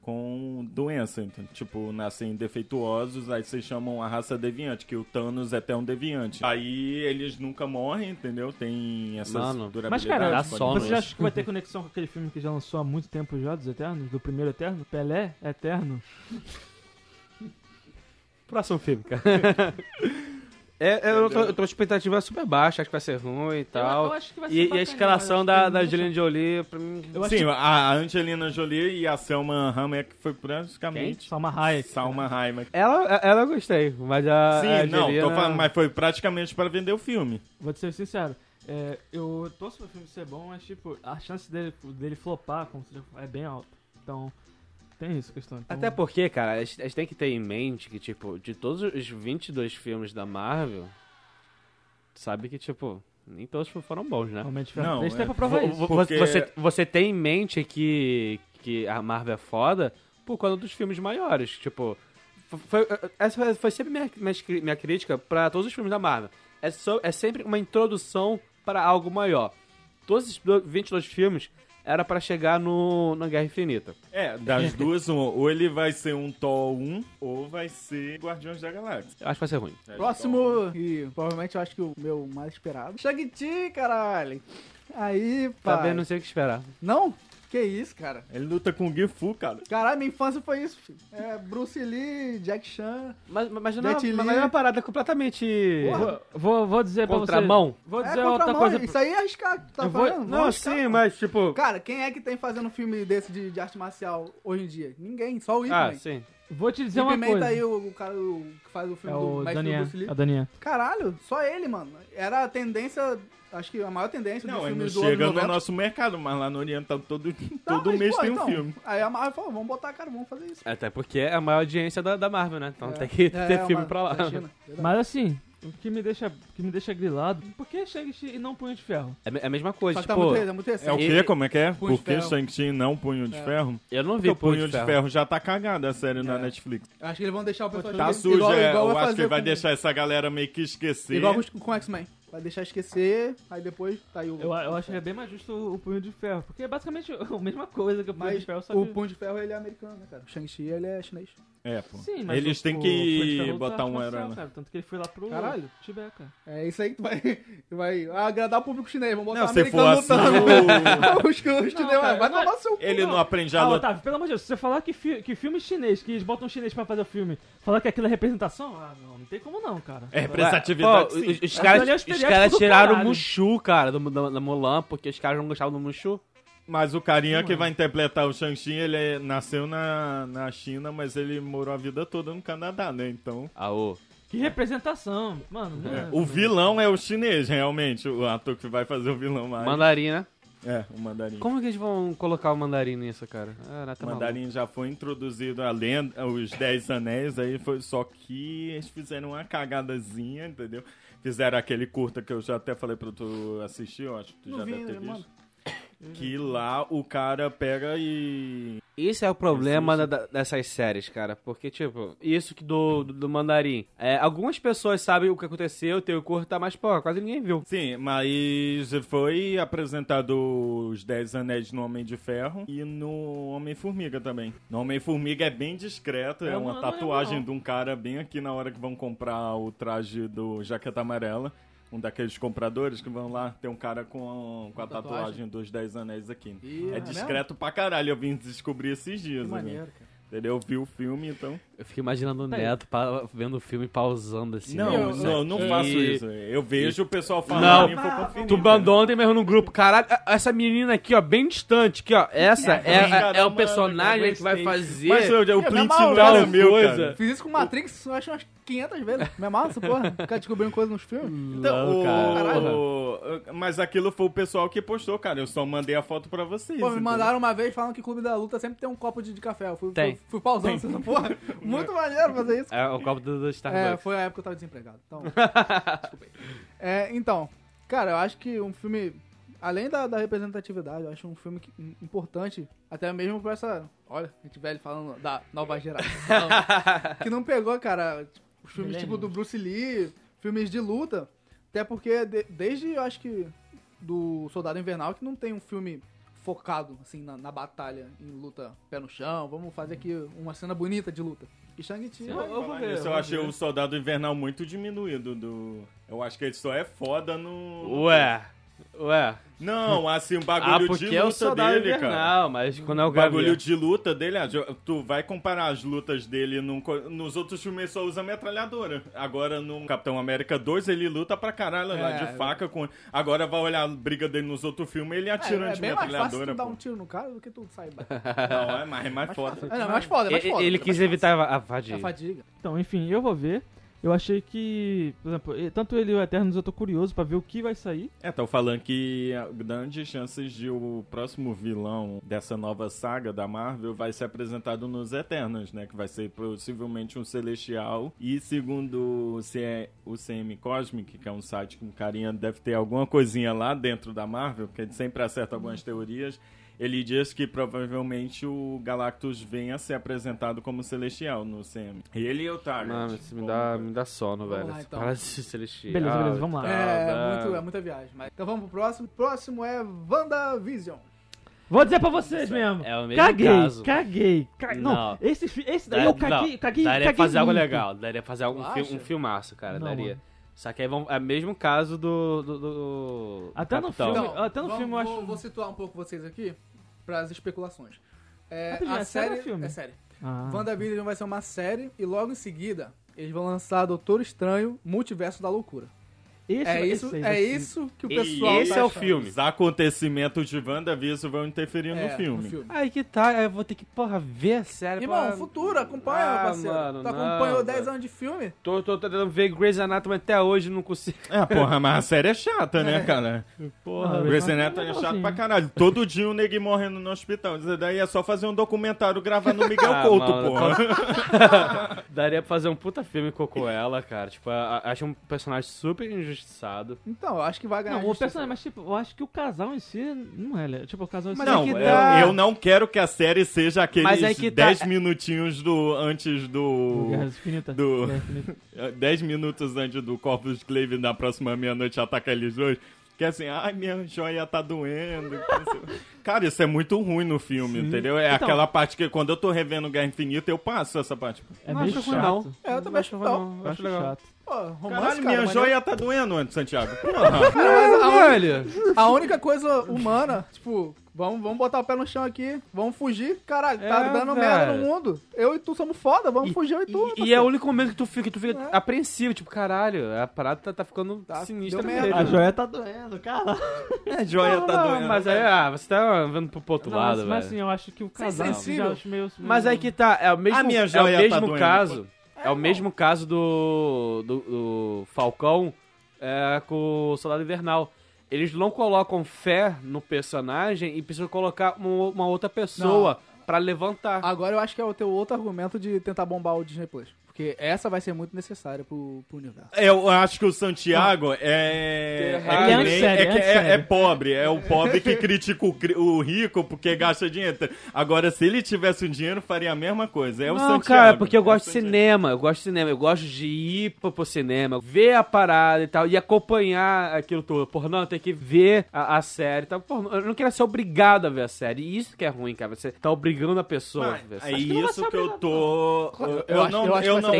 S4: com doença, então, tipo, nascem defeituosos, aí vocês chamam a raça deviante, que o Thanos é até um deviante. Aí eles nunca morrem, entendeu? Tem essas
S1: Mano,
S2: Mas,
S4: durabilidades.
S2: cara,
S4: podem-
S1: sono.
S2: você acha que vai ter conexão com aquele filme que já lançou há muito tempo já, dos Eternos? Do primeiro Eterno? Pelé Eterno?
S1: Próximo filme, cara. É, é, eu, tô, eu tô com expectativa super baixa, acho que vai ser ruim e tal.
S2: eu acho que vai ser
S1: e, e
S2: bacana,
S1: a escalação
S2: eu acho
S1: da,
S2: que
S1: da
S2: não
S1: Angelina Jolie, pra mim.
S4: Sim, a Angelina Jolie e a Selma Hayek foi praticamente...
S2: Salma Hayek.
S4: Salma Hayek.
S1: Ela, ela eu gostei, mas a.
S4: Sim,
S1: a
S4: não,
S1: Angelina-
S4: tô falando, mas foi praticamente pra vender o filme.
S2: Vou te ser sincero. é, eu torço pro filme ser bom, mas, tipo, a chance dele, dele flopar como seja, é bem alta. Então, tem isso, questão. Então,
S1: Até porque, cara, a gente, a gente tem que ter em mente que, tipo, de todos os 22 filmes da Marvel, sabe que, tipo, nem todos foram bons, né?
S2: Realmente, foi-
S4: Não,
S2: Eles têm
S4: é.
S2: pra provar
S4: Vou-
S2: isso.
S4: vou-
S1: Vo-
S4: Porque-
S1: Você, você tem em mente que, que a Marvel é foda por conta dos filmes maiores. Tipo, fo- foi- eh, essa foi- foi sempre minha, minha cri- minha crítica pra todos os filmes da Marvel. É, só- é sempre uma introdução pra algo maior. Todos esses do- 22 filmes era pra chegar no, na Guerra Infinita.
S4: É, das duas, um, ou ele vai ser um Thor 1, ou vai ser Guardiões da Galáxia. É,
S1: Eu acho que vai ser ruim.
S3: Próximo, e provavelmente eu acho que o meu mais esperado. Shang-Chi, caralho. Aí,
S1: Tá
S3: pá.
S1: vendo? Não sei o que esperar.
S3: Não? Que isso, cara.
S4: então, Ele luta com o Gifu, cara.
S3: Caralho, minha infância foi isso, filho. É, Bruce Lee, Jack Chan.
S1: Mas, mas, não, é
S3: Jet
S1: uma-
S3: Li.
S1: mas é uma parada completamente.
S3: Porra.
S2: Vou, vou dizer pra você.
S1: Contramão?
S2: Vou dizer
S3: é,
S2: outra
S3: contramão,
S2: coisa.
S3: Isso aí é arriscado, tá
S2: Eu vou-
S3: falando?
S1: Não, sim, mas tipo.
S3: Cara, quem é que tem fazendo um filme desse de, de arte marcial hoje em dia? Ninguém, só o Ip
S1: Ah,
S3: Man.
S1: sim.
S2: Vou te dizer
S3: Ip
S2: uma
S3: Man
S2: coisa.
S3: tá aí o, o cara o, que faz o
S2: É
S3: filme do
S2: o
S3: Mestre do
S2: Daniel.
S3: Bruce Lee. Tá.
S2: É o Daniel.
S3: Caralho, só ele, mano. Era a tendência, acho que a maior tendência
S4: Não,
S3: dos
S4: ele não
S3: filmes do ano
S4: chega no
S3: 90.
S4: nosso mercado, mas lá no Oriente tá todo,
S3: Não,
S4: todo
S3: mas,
S4: mês
S3: pô,
S4: tem um
S3: então,
S4: filme.
S3: Aí a Marvel falou, vamos botar, cara, vamos fazer isso.
S1: Até porque é a maior audiência da, da Marvel, né? Então tem que
S3: É,
S1: ter filme
S3: uma-
S1: pra lá.
S3: da China, verdade.
S2: Mas assim, o que me deixa, o que me deixa grilado, por que Shang-Chi e não Punho de Ferro?
S1: É, me- é a mesma coisa,
S3: Só que tá
S1: tipo,
S3: muito, é muito recente.
S4: É o quê?
S1: Ele-
S4: Como é que é?
S3: Punho de
S4: Por que
S3: ferro.
S4: Shang-Chi não Punho de Ferro?
S1: eu não
S4: Porque
S1: vi
S4: o Punho de Ferro. já tá cagado a série na
S3: É.
S4: Netflix.
S3: Eu acho que eles vão deixar o pessoal...
S4: Tá
S3: esquecer.
S4: sujo, é,
S3: vai
S4: eu acho que
S3: fazer
S4: vai
S3: com-
S4: deixar essa galera meio que esquecer.
S3: Igual com, com X-Men. Vai deixar esquecer, aí depois tá aí o...
S2: Eu, eu acho que é bem mais justo o, o Punho de Ferro, porque é basicamente a mesma coisa que o Punho
S3: Mas
S2: de Ferro, só que...
S3: o Punho de Ferro, ele é americano, né, cara? O Shang-Chi, ele é chinês.
S4: É, pô.
S2: Sim, mas
S4: Eles
S2: o-
S4: têm
S2: o Punho de
S4: que
S2: Ferro tá luta
S4: botar
S2: artes
S4: um herói.
S2: marcial, cara, tanto que ele foi lá pro
S3: Caralho.
S2: Tibete, cara.
S3: É isso aí que tu vai, vai agradar o público chinês. Vamos botar
S4: Não,
S3: não,
S4: se for
S3: americano
S4: assim,
S3: lutando.
S4: o-
S3: Os, os
S2: Não,
S3: chinês,
S2: cara,
S3: vai
S2: não é-
S3: tomar seu cu.
S4: ele não aprende a
S2: Ah,
S4: lutar.
S2: Otávio, pelo amor de Deus, se você falar que, fi- que filme chinês, que eles botam um chinês pra fazer o filme, falar que aquilo é representação, ah, não, não tem como não, cara.
S4: É
S1: Pô,
S4: representatividade, sim.
S1: os, os caras,
S2: Aquilo ali é
S1: os
S2: estereótipo
S1: caras
S2: do
S1: tiraram o
S2: caralho.
S1: Mushu, cara, do, da, da Mulan, porque os caras não gostavam do Mushu.
S4: Mas o carinha
S3: é.
S4: que vai interpretar o Shang-Chi, ele é- nasceu na, na China, mas ele morou a vida toda no Canadá, né? Então.
S1: Aô.
S2: Que representação, mano. não é-
S4: O vilão é o chinês, realmente. O ator que vai fazer o vilão mais.
S1: Mandarim, né?
S4: É, o mandarim.
S1: Como que eles vão colocar o mandarim nisso, cara? Ah,
S4: O
S1: nata maluco.
S4: mandarim já foi introduzido a lenda, os Dez Anéis, aí foi só que eles fizeram uma cagadazinha, entendeu? Fizeram aquele curta que eu já até falei pra tu assistir, eu acho que tu
S3: Não
S4: já
S3: vi
S4: deve ter
S3: ainda,
S4: visto. Que lá o cara pega e.
S1: Esse é o problema da- da- dessas séries, cara. Porque, tipo, isso que do, do, do mandarim. É, algumas pessoas sabem o que aconteceu, tem o curta, mas, pô, quase ninguém viu.
S4: Sim, mas foi apresentado os Dez Anéis no Homem de Ferro e no Homem-Formiga também. No Homem-Formiga é bem discreto, é
S2: Eu
S4: uma
S2: não lembro,
S4: tatuagem
S2: não.
S4: de um cara bem aqui na hora que vão comprar o traje do Jaqueta Amarela. Um daqueles compradores que vão lá, tem um cara com, com a tatuagem. dos Dez Anéis aqui.
S3: Ih,
S4: é
S3: é
S4: discreto pra caralho, eu vim descobrir esses dias.
S3: Que
S4: né?
S3: maneiro, cara.
S4: Entendeu? Eu vi o filme, então...
S1: Eu fico imaginando o Neto pa- vendo o filme pausando assim.
S4: Não,
S1: né?
S4: eu, não, eu não faço
S1: E-
S4: isso. Eu vejo o pessoal
S1: Não.
S4: falando e vou conferir.
S1: Tu mandou ontem mesmo no grupo, caralho, a- essa menina aqui, ó, bem distante aqui, ó, essa é,
S4: cara,
S1: é- é
S4: mano,
S1: o personagem que vai fazer.
S4: Mas eu, eu, o
S3: É,
S4: print
S3: mesma
S4: não era
S1: hora.
S4: meu,
S1: Coisa.
S4: cara.
S3: Fiz isso com Matrix, eu acho umas 500 vezes. Me amarra essa porra. Ficar descobrindo coisa nos filmes.
S4: Então, o-
S1: cara.
S4: o- mas aquilo foi o pessoal que postou, cara. Eu só mandei a foto pra vocês.
S3: Pô, me
S4: entendeu?
S3: mandaram uma vez falando que Clube da Luta sempre tem um copo de, de café. Eu fui,
S1: Tem.
S3: fui, fui pausando essa porra. Muito maneiro fazer isso.
S1: É o copo do, do
S3: É,
S1: Starbucks.
S3: foi a época que eu tava desempregado. Então, desculpa aí. É, então, cara, eu acho que um filme, além da, da representatividade, eu acho um filme que- im- importante, até mesmo pra essa. Olha, a gente velho falando da nova geração. que não pegou, cara, os filmes tipo do Bruce Lee, filmes de luta. Até porque de- desde, eu acho que, do Soldado Invernal, que não tem um filme focado, assim, na, na batalha, em luta pé no chão. Vamos fazer aqui uma cena bonita de luta. E Shang-Chi...
S2: Eu,
S1: É,
S2: eu vou
S4: Falar
S2: ver.
S4: nisso, eu
S3: né?
S2: vou
S4: achei
S2: ver.
S4: o Soldado Invernal muito diminuído do... Eu acho que ele só é foda no...
S1: Ué. Ué.
S4: Não, assim, o
S1: Ah,
S4: bagulho de
S1: porque é o
S4: luta
S1: soldado
S4: dele, cara.
S1: invernal, mas quando é o
S4: O bagulho
S1: Gavião-
S4: de luta dele, ah, tu vai comparar as lutas dele num co- nos outros filmes só usa metralhadora. Agora no Capitão América 2 ele luta pra caralho lá
S3: É,
S4: de faca com. Agora vai olhar a briga dele nos outros filmes ele
S3: Ah,
S4: atira
S3: é,
S4: de
S3: bem mais fácil tu
S1: né,
S4: metralhadora.
S3: dar
S4: pô.
S3: um tiro no cara do que tu sair batendo.
S4: Não, é mais, é mais foda.
S3: É, não, é mais foda, é mais
S1: E-
S3: foda.
S1: Ele quis evitar a a
S3: A
S1: fadiga.
S3: É fadiga.
S2: Então, enfim, eu vou ver. Eu achei que, por exemplo, e- tanto ele e o Eternos eu tô curioso pra ver o que vai sair.
S4: É, tão falando que ah, grandes chances de o próximo vilão dessa nova saga da Marvel vai ser apresentado nos Eternos, né? Que vai ser possivelmente um Celestial. E segundo o, CE o CM Cosmic, que é um site que um carinha deve ter alguma coisinha lá dentro da Marvel, porque ele sempre acerta algumas teorias. Ele diz que provavelmente o Galactus venha a ser apresentado como Celestial no CM. E ele e o Target.
S1: Mano, isso me dá, me dá sono,
S3: Vamos
S1: velho. Ah,
S3: lá,
S1: Essa
S3: então.
S1: parada de celestial.
S2: Beleza, beleza, vamos
S1: tá,
S2: lá.
S3: É,
S1: dá.
S3: muito, é muita viagem. Mas... Então vamos pro próximo. Próximo é WandaVision.
S2: Vou dizer pra vocês mesmo.
S1: É o mesmo
S2: caguei,
S1: caso.
S2: caguei, ca- Não,
S1: Não.
S2: esse, fi- esse daí
S1: Daria-
S2: eu caguei,
S1: não, daria
S2: caguei, caguei
S1: pra fazer algo
S2: muito.
S1: legal, daria pra fazer algum
S3: Tu
S1: fi-
S3: acha?
S1: um filmaço, cara,
S2: Não,
S1: daria.
S2: mano.
S1: Só que aí vamos, é o mesmo caso do. do, do-
S2: Até no
S1: Capitão.
S2: filme- até no ah, filme eu
S3: Então, vou,
S2: acho-
S3: vou situar um pouco vocês aqui para as especulações. É,
S2: Rapidinho,
S3: a
S2: é série
S3: série
S2: ou filme?
S3: é série.
S2: Ah.
S3: WandaVision vai ser uma série e logo em seguida eles vão lançar Doutor Estranho Multiverso da Loucura.
S2: Esse
S3: é
S2: vai-
S3: isso,
S2: esse aí vai
S3: é
S2: ser-
S3: isso que o
S1: E
S3: pessoal
S1: esse
S3: tá
S1: é o
S3: achando.
S1: filme.
S4: Os acontecimentos de WandaVision vão interferir
S3: É,
S4: no filme.
S1: Aí que tá, eu vou ter que, porra, ver a
S2: É
S1: série.
S3: Irmão,
S1: porra.
S3: futuro, acompanha,
S1: Ah,
S3: parceiro.
S1: mano,
S3: tu
S1: não,
S3: acompanhou 10
S1: velho.
S3: anos de filme?
S1: Tô, tô tentando ver Grey's Anatomy até hoje, não consigo.
S4: Ah, porra, mas a série é chata, né, cara? Porra,
S2: Ah,
S4: Grey's
S2: mas-
S4: Anatomy é chato
S2: Legalzinho.
S4: pra caralho. Todo dia um neguinho morrendo no hospital. Isso Daí é só fazer um documentário gravando no Miguel
S1: Ah,
S4: Couto,
S1: mano,
S4: porra.
S1: Daria pra fazer um puta filme com com ela, cara. Tipo, a- a- acho um personagem super injustiçado.
S3: Então, eu acho que vai ganhar.
S2: Não, o
S3: justiça.
S2: personagem, mas tipo, eu acho que o casal em si não é, le- tipo, o casal em si
S1: Mas
S2: é
S4: não,
S1: que
S4: eu,
S1: dá.
S4: eu não quero que a série seja aqueles
S1: Mas
S4: 10
S1: é que tá-
S4: minutinhos do antes do...
S2: Guerra Infinita.
S4: do-
S2: Guerra Infinita.
S4: 10 minutos antes do Corpus Cleave na próxima meia-noite atacar eles dois. Que é assim, ai, minha joia tá doendo. que não sei o quê. Cara, isso é muito ruim no filme, entendeu? É
S2: Então.
S4: aquela parte que quando eu tô revendo Guerra Infinita, eu passo essa parte.
S2: É
S1: Não
S2: meio
S1: acho ruim,
S2: chato.
S1: não.
S3: É, eu também acho que não.
S2: Eu acho chato.
S3: Pô, romance,
S4: Caralho,
S3: cara,
S4: minha
S3: mas-
S1: é-
S4: joia tá doendo antes, Santiago. Porra.
S1: Caralho!
S3: A única coisa humana, tipo, vamos, vamos botar o pé no chão aqui, vamos fugir. Caralho, tá
S1: É,
S3: dando
S1: velho.
S3: merda no mundo. Eu e tu somos foda, vamos
S1: E-
S3: fugir eu e tu. tá
S1: E, e é o único momento que tu fica, tu fica apreensivo, tipo, caralho, a parada tá, tá ficando
S3: Tá,
S1: sinistra
S3: deu merda.
S1: mesmo.
S2: A joia tá doendo, cara.
S4: Minha joia
S1: Não,
S4: tá
S1: não,
S4: doendo.
S1: Mas aí, ah, você tá vendo pro pro outro
S2: Não,
S1: lado,
S2: mas, mas assim,
S1: velho.
S2: eu acho que o casal
S3: sensível.
S2: já acho meio...
S1: Mas aí que tá, é o mesmo,
S4: A minha
S1: é o
S4: joia tá
S1: mesmo
S4: doendo.
S1: caso. É o mesmo caso do, do, do Falcão é, com o Soldado Invernal. Eles não colocam fé no personagem e precisam colocar uma, uma outra pessoa pra levantar.
S4: Ah,
S3: Agora eu acho que é o teu outro argumento de tentar bombar o Disney Plus. Porque essa vai ser muito necessária pro, pro universo.
S4: Eu acho que o Santiago é.
S1: Ele é
S4: É, que nem-
S2: antissério,
S4: é que é-
S2: antissério.
S4: é pobre. É o pobre que critica o, cri- o rico porque gasta dinheiro. Agora, se ele tivesse o dinheiro, faria a mesma coisa. É o
S1: não,
S4: Santiago.
S1: cara, porque eu gosto
S4: é
S1: de
S4: o Santiago.
S1: cinema, eu gosto de cinema, eu gosto de ir pro, pro cinema, ver a parada e tal, e acompanhar aquilo todo. Porra, não, tem que ver a, a série e tal. Porra, eu não quero ser obrigado a ver a série. E isso que é ruim, cara. Você tá obrigando a pessoa a ver a
S4: É
S1: série.
S4: isso que eu tô. Eu, eu
S3: acho-
S4: não,
S3: eu acho
S4: eu
S1: vai ser-
S3: que
S4: não acho. Eu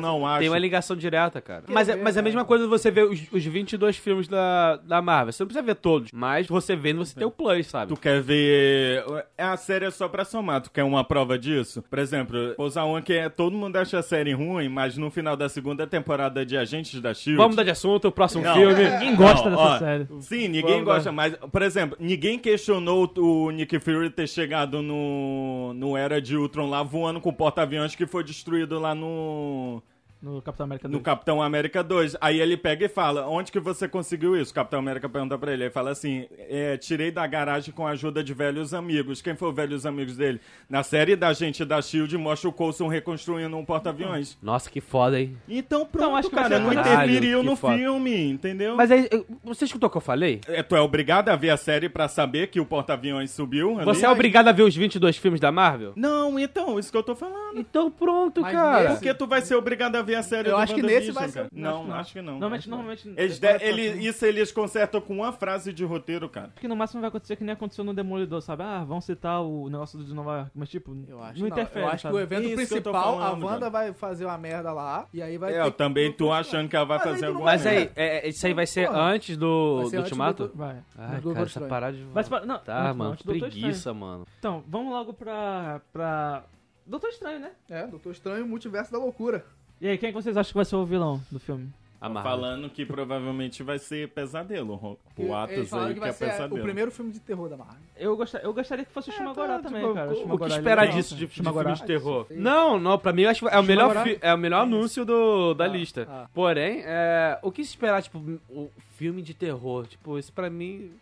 S4: não
S1: Tem
S4: acho.
S1: uma ligação direta, cara. Mas, é,
S3: ver,
S1: mas é a mesma coisa você ver os, os 22 filmes da, da Marvel. Você não precisa ver todos, mas você vendo, você tem o plus, sabe?
S4: Tu quer ver. A série é só pra somar. Tu quer uma prova disso? Por exemplo, vou usar uma que é. Todo mundo acha a série ruim, mas no final da segunda temporada de Agentes da Shield.
S1: Vamos mudar de assunto, o próximo
S4: Não.
S1: filme.
S2: Ninguém gosta
S4: Não,
S2: dessa
S4: ó,
S2: série.
S4: Sim, ninguém
S1: Vamos
S4: gosta, mas, por exemplo, ninguém questionou o Nick Fury ter chegado no, no Era de Ultron lá voando com o porta-aviões que foi destruído lá no,
S2: No Capitão América
S4: no
S2: 2.
S4: Capitão América 2. Aí ele pega e fala: Onde que você conseguiu isso? O Capitão América pergunta pra ele. Ele fala assim: "É, Tirei da garagem com a ajuda de velhos amigos. Quem foi os velhos amigos dele? Na série da gente da Shield mostra o Coulson reconstruindo um porta-aviões.
S1: Nossa, que foda, hein?
S4: Então pronto,
S2: acho que vai
S4: cara,
S2: ser
S4: não
S2: uma-
S4: interferiu
S1: Caralho, que
S4: no
S1: foda.
S4: filme, entendeu?
S1: Mas aí, eu- você escutou o que eu falei?
S4: É, tu é obrigado a ver a série pra saber que o porta-aviões subiu? ali?
S1: Você é obrigado a ver os 22 filmes da Marvel?
S4: Não, então, isso que eu tô falando.
S1: Então pronto,
S3: Mas
S1: cara.
S3: nesse-
S4: Porque tu vai ser obrigado a ver vi a série
S3: Eu
S4: do
S3: acho que nesse
S4: WandaVision,
S3: vai ser-
S4: cara. Não, acho que não.
S2: Normalmente,
S4: Acho que não.
S2: normalmente.
S4: Eles de-
S2: agora tá
S4: ele-
S2: assim.
S4: isso eles consertam com uma frase de roteiro, cara.
S2: Acho que no máximo vai acontecer que nem aconteceu no Demolidor, sabe? Ah, vão citar o negócio de Nova York, mas tipo,
S3: Eu acho,
S2: não
S3: não,
S2: interfere,
S3: eu acho
S2: sabe?
S3: que o evento
S4: Isso que eu tô
S3: principal, a
S4: falando,
S3: Wanda
S4: cara.
S3: vai fazer uma merda lá, e aí vai
S4: É, eu
S3: ter-
S4: também tô achando que ela vai
S3: Mas aí
S4: fazer
S3: tu não
S4: alguma
S1: Mas
S4: merda.
S1: aí, é, é, isso aí vai ser
S3: Porra.
S1: antes do,
S3: né? Vai ser
S1: do
S3: antes
S1: Ultimato?
S3: do-
S1: Ai,
S2: Vai.
S3: do
S1: cara,
S3: Doutor
S1: essa
S3: Estranho.
S1: parada de...
S2: Mas, tipo, não,
S1: Tá,
S2: antes-
S1: mano,
S2: antes do Doutor Estranho.
S1: preguiça, mano.
S2: Então, vamos logo pra. pra. Doutor Estranho, né?
S3: É, Doutor Estranho e o Multiverso da Loucura.
S2: E aí, quem é que vocês acham que vai ser o vilão do filme?
S1: A Marvel.
S4: Falando que provavelmente vai ser pesadelo. ro-
S3: E
S4: O Atos
S3: eles falaram que
S4: aí que,
S3: vai
S4: é
S3: ser é,
S4: pesadelo.
S3: o primeiro filme de terror da Marvel.
S2: Eu, gostar, eu gostaria que fosse o
S3: É,
S2: Shimagorá
S3: tá,
S2: também,
S3: tipo,
S2: cara.
S1: o, o que
S2: Shimagorá, ele é
S1: esperar
S2: legal.
S1: disso de, de
S2: Shimagorá.
S1: filme de terror? Não, não, pra mim eu acho que é o melhor, fi- é o melhor anúncio do, da lista.
S3: ah.
S1: Porém, é, o que se esperar, tipo, o filme de terror? Tipo, isso pra mim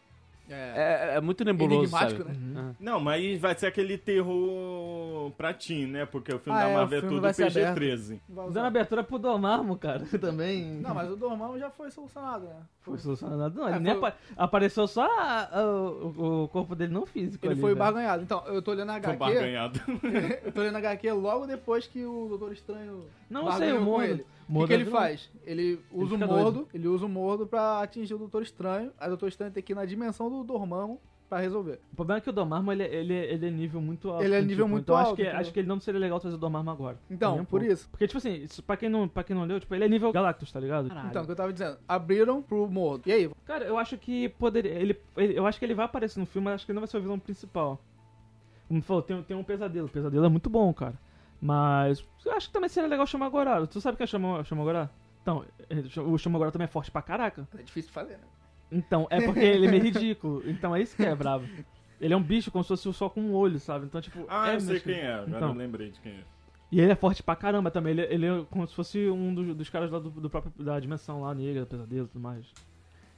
S3: É,
S1: é, é muito nebuloso,
S3: enigmático,
S1: sabe? Ah.
S3: né?
S4: Não, mas vai ser aquele terror pra ti, né? Porque o filme
S3: Ah,
S4: da
S3: é, o
S4: Marvel é,
S3: filme
S4: tudo
S3: vai ser
S4: PG-13.
S3: Vai usar.
S2: Dando abertura pro Dormammu, cara, também.
S3: Não, mas o Dormammu já foi solucionado, né?
S2: Foi solucionado. Não,
S3: É,
S2: ele nem
S3: foi-
S2: apa- apareceu só a- a- o, o corpo dele não físico.
S3: Ele
S2: ali, né?
S3: foi
S2: velho.
S3: barganhado. Então, eu tô lendo a
S4: Com
S3: HQ.
S4: barganhado.
S3: eu tô lendo a HQ logo depois que o Doutor Estranho.
S2: Não eu sei, o
S3: barganhou com
S2: Mordo.
S3: ele. O que,
S2: Mordo
S3: que
S2: é
S3: ele
S2: vilão.
S3: faz? Ele usa
S2: fica
S3: o
S2: doido.
S3: mordo, ele usa o mordo pra atingir o Doutor Estranho. Aí o Doutor Estranho tem que ir na dimensão do Dormammu pra resolver.
S2: O problema é que o Dormammu, ele, ele, ele é nível muito alto.
S3: Ele é nível muito
S2: então Acho
S3: alto,
S2: que,
S3: entendeu?
S2: acho que ele não seria legal trazer o Dormammu agora.
S3: Então,
S2: Nem um
S3: por
S2: pouco.
S3: isso.
S2: Porque, tipo assim, isso, pra, quem não, pra quem não leu, tipo, ele é nível Galactus, tá ligado?
S3: Então, o que eu tava dizendo, abriram pro mordo. E aí? É
S2: Cara, eu acho que poderia. Ele, ele- eu acho que ele vai aparecer no filme, mas acho que ele não vai ser o vilão principal. Como tu falou, tem, tem um pesadelo. O pesadelo é muito bom, cara. Mas eu acho que também seria legal chamar Gorá. Tu sabe o que é chamar chamar Gorá? Então, eh, o Chamagorá também é forte pra caraca.
S3: É difícil de fazer, né?
S2: Então, é porque ele é meio ridículo. Então é isso que é brabo. Ele é um bicho como se fosse só com um olho, sabe? Então, tipo.
S4: Ah,
S2: é
S4: eu sei
S2: meio
S4: quem é. Agora
S2: Então.
S4: eu lembrei de quem é.
S2: E ele é forte pra caramba também. Ele, ele é como se fosse um dos, dos caras lá do, do próprio, da dimensão lá negra, pesadelo e tudo mais.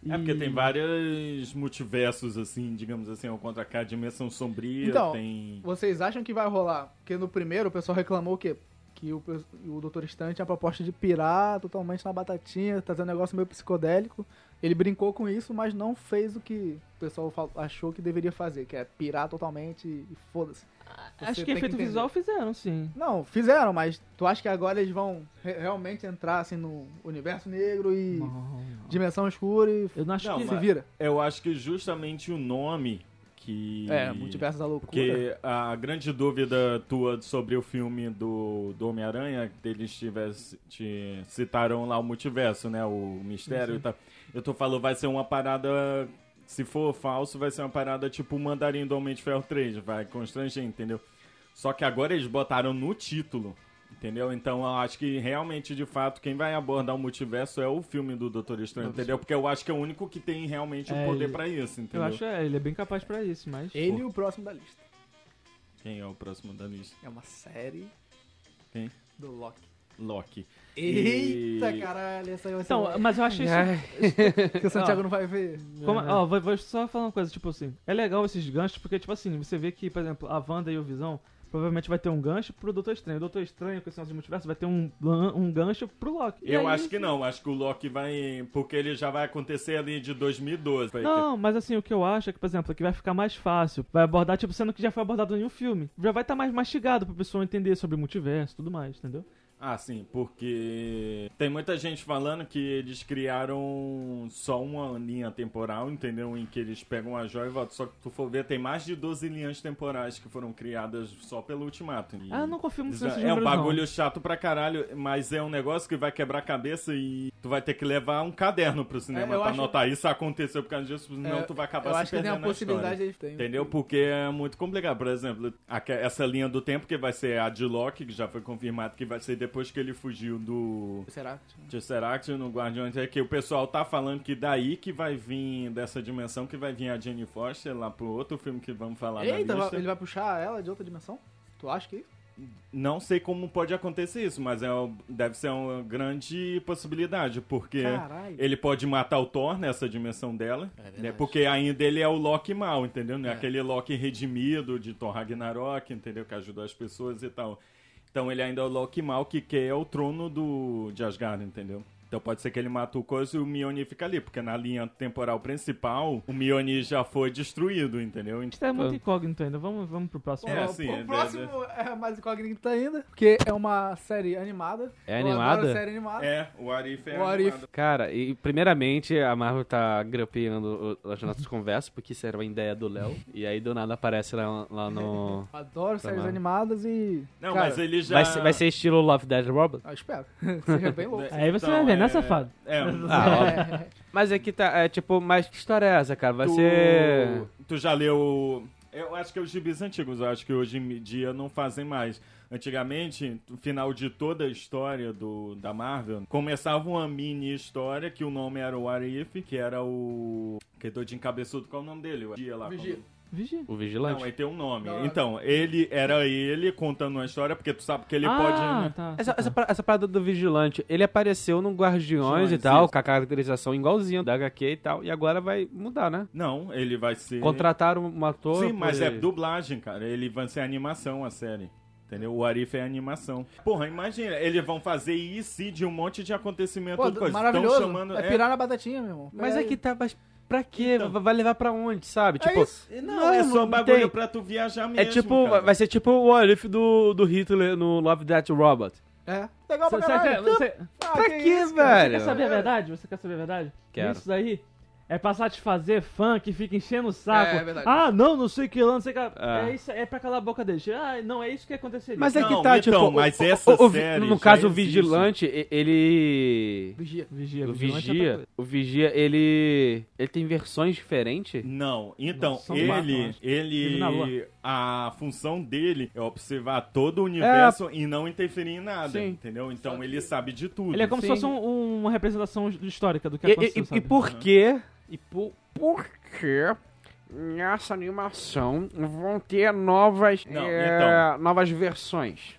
S4: É porque tem
S2: E-
S4: vários multiversos, assim, digamos assim, ao contra cá, dimensão sombria,
S3: Então,
S4: tem...
S3: Vocês acham que vai rolar? Porque no primeiro o pessoal reclamou o quê? Que o, pe- o Dr. Stan tinha a proposta de pirar totalmente na batatinha, trazer um negócio meio psicodélico. Ele brincou com isso, mas não fez o que o pessoal fal- achou que deveria fazer, que é pirar totalmente e foda-se.
S2: Acho
S3: Você
S2: que
S3: tem
S2: efeito
S3: entender.
S2: visual fizeram, sim.
S3: Não, fizeram, mas tu acha que agora eles vão re- realmente entrar assim no universo negro e dimensão escura e
S2: Eu não acho
S4: Não,
S2: que.
S3: se
S4: mas-
S3: vira?
S4: Eu acho que justamente o nome que...
S3: É, multiverso da loucura.
S4: Porque a grande dúvida tua sobre o filme do, do Homem-Aranha, que eles tivesse, te citaram lá o multiverso, né? O
S2: Uhum.
S4: mistério e tal. Eu tô falando, vai ser uma parada. Se for falso, vai ser uma parada tipo o Mandarim do Homem de Ferro 3, vai constranger, entendeu? Só que agora eles botaram no título, entendeu? Então eu acho que realmente, de fato, quem vai abordar o multiverso é o filme do Doutor Estranho, entendeu? Porque eu acho que é o único que tem realmente
S2: É,
S4: o poder
S2: ele-
S4: pra isso,
S2: Eu
S4: entendeu?
S2: acho é, ele é bem capaz pra isso, mas.
S3: Ele e o próximo da lista.
S4: Quem é o próximo da lista?
S3: É uma série
S4: Quem?
S3: do Loki.
S4: Loki.
S3: Eita,
S4: E-
S3: caralho, essa aí vai ser
S2: Então, mas eu acho isso.
S3: que o Santiago não vai ver.
S2: Como- ó, vou, vou só falar uma coisa, tipo assim, é legal esses ganchos, porque, tipo assim, você vê que, por exemplo, a Wanda e o Visão provavelmente vai ter um gancho pro Doutor Estranho. O Doutor Estranho, com esse negócio de multiverso, vai ter um, lan- um gancho pro Loki. E
S4: Eu
S2: aí-
S4: acho que é não, acho que o Loki vai. Porque ele já vai acontecer ali de 2012. Vai ter-
S2: Não, mas assim, o que eu acho é que, por exemplo, que vai ficar mais fácil. Vai abordar, tipo, sendo que já foi abordado em um filme. Já vai estar mais mastigado pra pessoa entender sobre multiverso e tudo mais, entendeu?
S4: Ah, sim, porque tem muita gente falando que eles criaram só uma linha temporal, entendeu? Em que eles pegam a joia e voltam. Só que tu for ver, tem mais de 12 linhas temporais que foram criadas só pelo Ultimato. E-
S2: Ah, eu não confio muito
S4: Exa-
S2: nesses
S4: É um
S2: números, não.
S4: bagulho chato pra caralho, mas é um negócio que vai quebrar a cabeça e tu vai ter que levar um caderno pro cinema
S3: É, eu
S4: pra
S3: acho- É,
S4: anotar. Isso aconteceu por causa disso, senão tu vai acabar
S3: Eu
S4: se
S3: acho que tem
S4: perdendo
S3: a
S4: na história.
S3: possibilidade de ter.
S4: Entendeu? Porque é muito complicado. Por exemplo, aque- essa linha do tempo que vai ser a de Loki, que já foi confirmado que vai ser depois que ele fugiu do
S3: Será? que-
S4: Tesseract no Guardiões, é que o pessoal tá falando que daí que vai vir, dessa dimensão, que vai vir a Jenny Foster lá pro outro filme que vamos falar
S3: Eita,
S4: na
S3: vai-
S4: lista.
S3: ele vai puxar ela de outra dimensão? Tu acha que?
S4: Não sei como pode acontecer isso, mas é, um- deve ser uma grande possibilidade, porque...
S3: Caralho.
S4: Ele pode matar o Thor nessa dimensão dela, né? Porque ainda ele é o Loki mal, entendeu? Não é aquele Loki redimido de Thor Ragnarok, entendeu? Que ajuda as é pessoas e tal. Então ele ainda é o Loki mal que quer o trono do de Asgard, entendeu? Então pode ser que ele mata o Coisa e o Mione fica ali, porque na linha temporal principal, o Mione já foi destruído, entendeu?
S2: gente tá muito incógnito ainda. Vamos, vamos pro próximo.
S4: É,
S3: Ó,
S4: sim,
S3: o
S4: é
S3: próximo é mais incógnito ainda, porque é uma série animada.
S1: É
S3: Eu adoro
S1: animada?
S3: série
S1: Ah.
S3: animada.
S4: É, o Arif é
S3: O Arif.
S4: animado.
S1: Cara, e primeiramente a Marvel tá grampeando o- as nossas conversas, porque isso era uma ideia do Léo. E aí do nada aparece lá, lá no.
S3: Eu Adoro séries
S1: Tomara.
S3: animadas e.
S4: Não,
S3: cara,
S4: mas ele já...
S1: Vai, ser- vai ser estilo Love Dead Robot?
S3: Eu espero. Seja bem louco.
S2: Aí você vai ver, né, safado?
S4: Então, É,
S1: Ah, óbvio.
S3: É.
S1: Mas é que tá. É tipo, mas que história é essa, cara? Vai
S4: tu,
S1: ser.
S4: tu já leu... Eu acho que é os gibis antigos, eu acho que hoje em dia não fazem mais. Antigamente, no final de toda a história do, da Marvel, começava uma mini história que o nome era o Arif, que era o... Que tô de encabeçudo, qual é o nome dele? O Vigia lá. qual é o
S3: Vigia.
S4: nome?
S2: Vigia.
S1: O
S4: Não,
S1: Vigilante?
S4: aí tem um nome.
S3: Não,
S4: então, ele era ele contando uma história, porque tu sabe que ele
S2: ah,
S4: pode. né?
S2: tá.
S1: Essa, essa, par- essa parada do Vigilante, ele apareceu no Guardiões e
S4: Guardiões,
S1: tal,
S4: isso.
S1: com a caracterização igualzinha da HQ e tal, e agora vai mudar, né?
S4: Não, ele vai ser.
S1: Contrataram um ator.
S4: Sim, mas
S1: por-
S4: é dublagem, cara. Ele vai ser animação a série. Entendeu? O Arif é animação. Porra, imagina, eles vão fazer IC de um monte de acontecimento.
S3: Pô,
S4: de coisa. Tão
S3: maravilhoso.
S4: chamando-
S3: É pirar na batatinha, meu irmão.
S1: Mas
S3: Pera
S1: é
S3: aí.
S1: que tá. Mas pra quê?
S4: Então.
S1: Vai- Vai levar pra onde, sabe?
S3: É
S1: tipo.
S3: isso.
S4: Não, é só
S1: não
S4: bagulho
S1: tem.
S4: pra tu viajar mesmo.
S1: É tipo,
S4: cara.
S1: vai ser tipo o Olif do, do Hitler no Love That Robot.
S3: É. Legal pra
S2: Você- você-
S3: caralho.
S2: você-
S3: Ah,
S1: pra
S3: que
S1: quê,
S2: Você
S3: isso, cara?
S1: velho?
S2: quer saber a verdade? Você quer saber a verdade?
S1: Quero.
S2: Isso daí é pra satisfazer fã que fica enchendo o saco.
S3: É, é verdade.
S2: Ah, não, não sei o que lá, não sei o que lá.
S1: Ah.
S2: É, isso, é pra calar a boca dele. Ah, não, é isso que aconteceria.
S1: Mas é que
S4: Não,
S1: tá,
S4: então,
S1: tipo.
S4: mas
S1: o- o-
S4: essa
S1: o- o-
S4: série
S1: No
S4: já
S1: caso, o
S4: existe.
S1: vigilante, e- ele.
S3: Vigia.
S2: Vigia,
S1: O
S2: vigilante é outra
S1: vigia,
S2: coisa.
S1: o vigia, ele. Ele tem versões diferentes?
S4: Não, então,
S2: Nossa, um mato, eu
S4: ele.
S2: acho. Vive na lua.
S4: Ele. A função dele é observar todo o universo e não interferir em nada.
S1: Sim.
S4: Entendeu? Então ele sabe de tudo.
S2: Ele é como
S1: Sim.
S2: se fosse um- uma representação histórica do que
S1: E, e-
S2: aconteceu,
S1: e-
S2: sabe?
S1: e por quê? E por, por quê? Nessa animação vão ter novas,
S4: Não,
S1: eh, novas versões.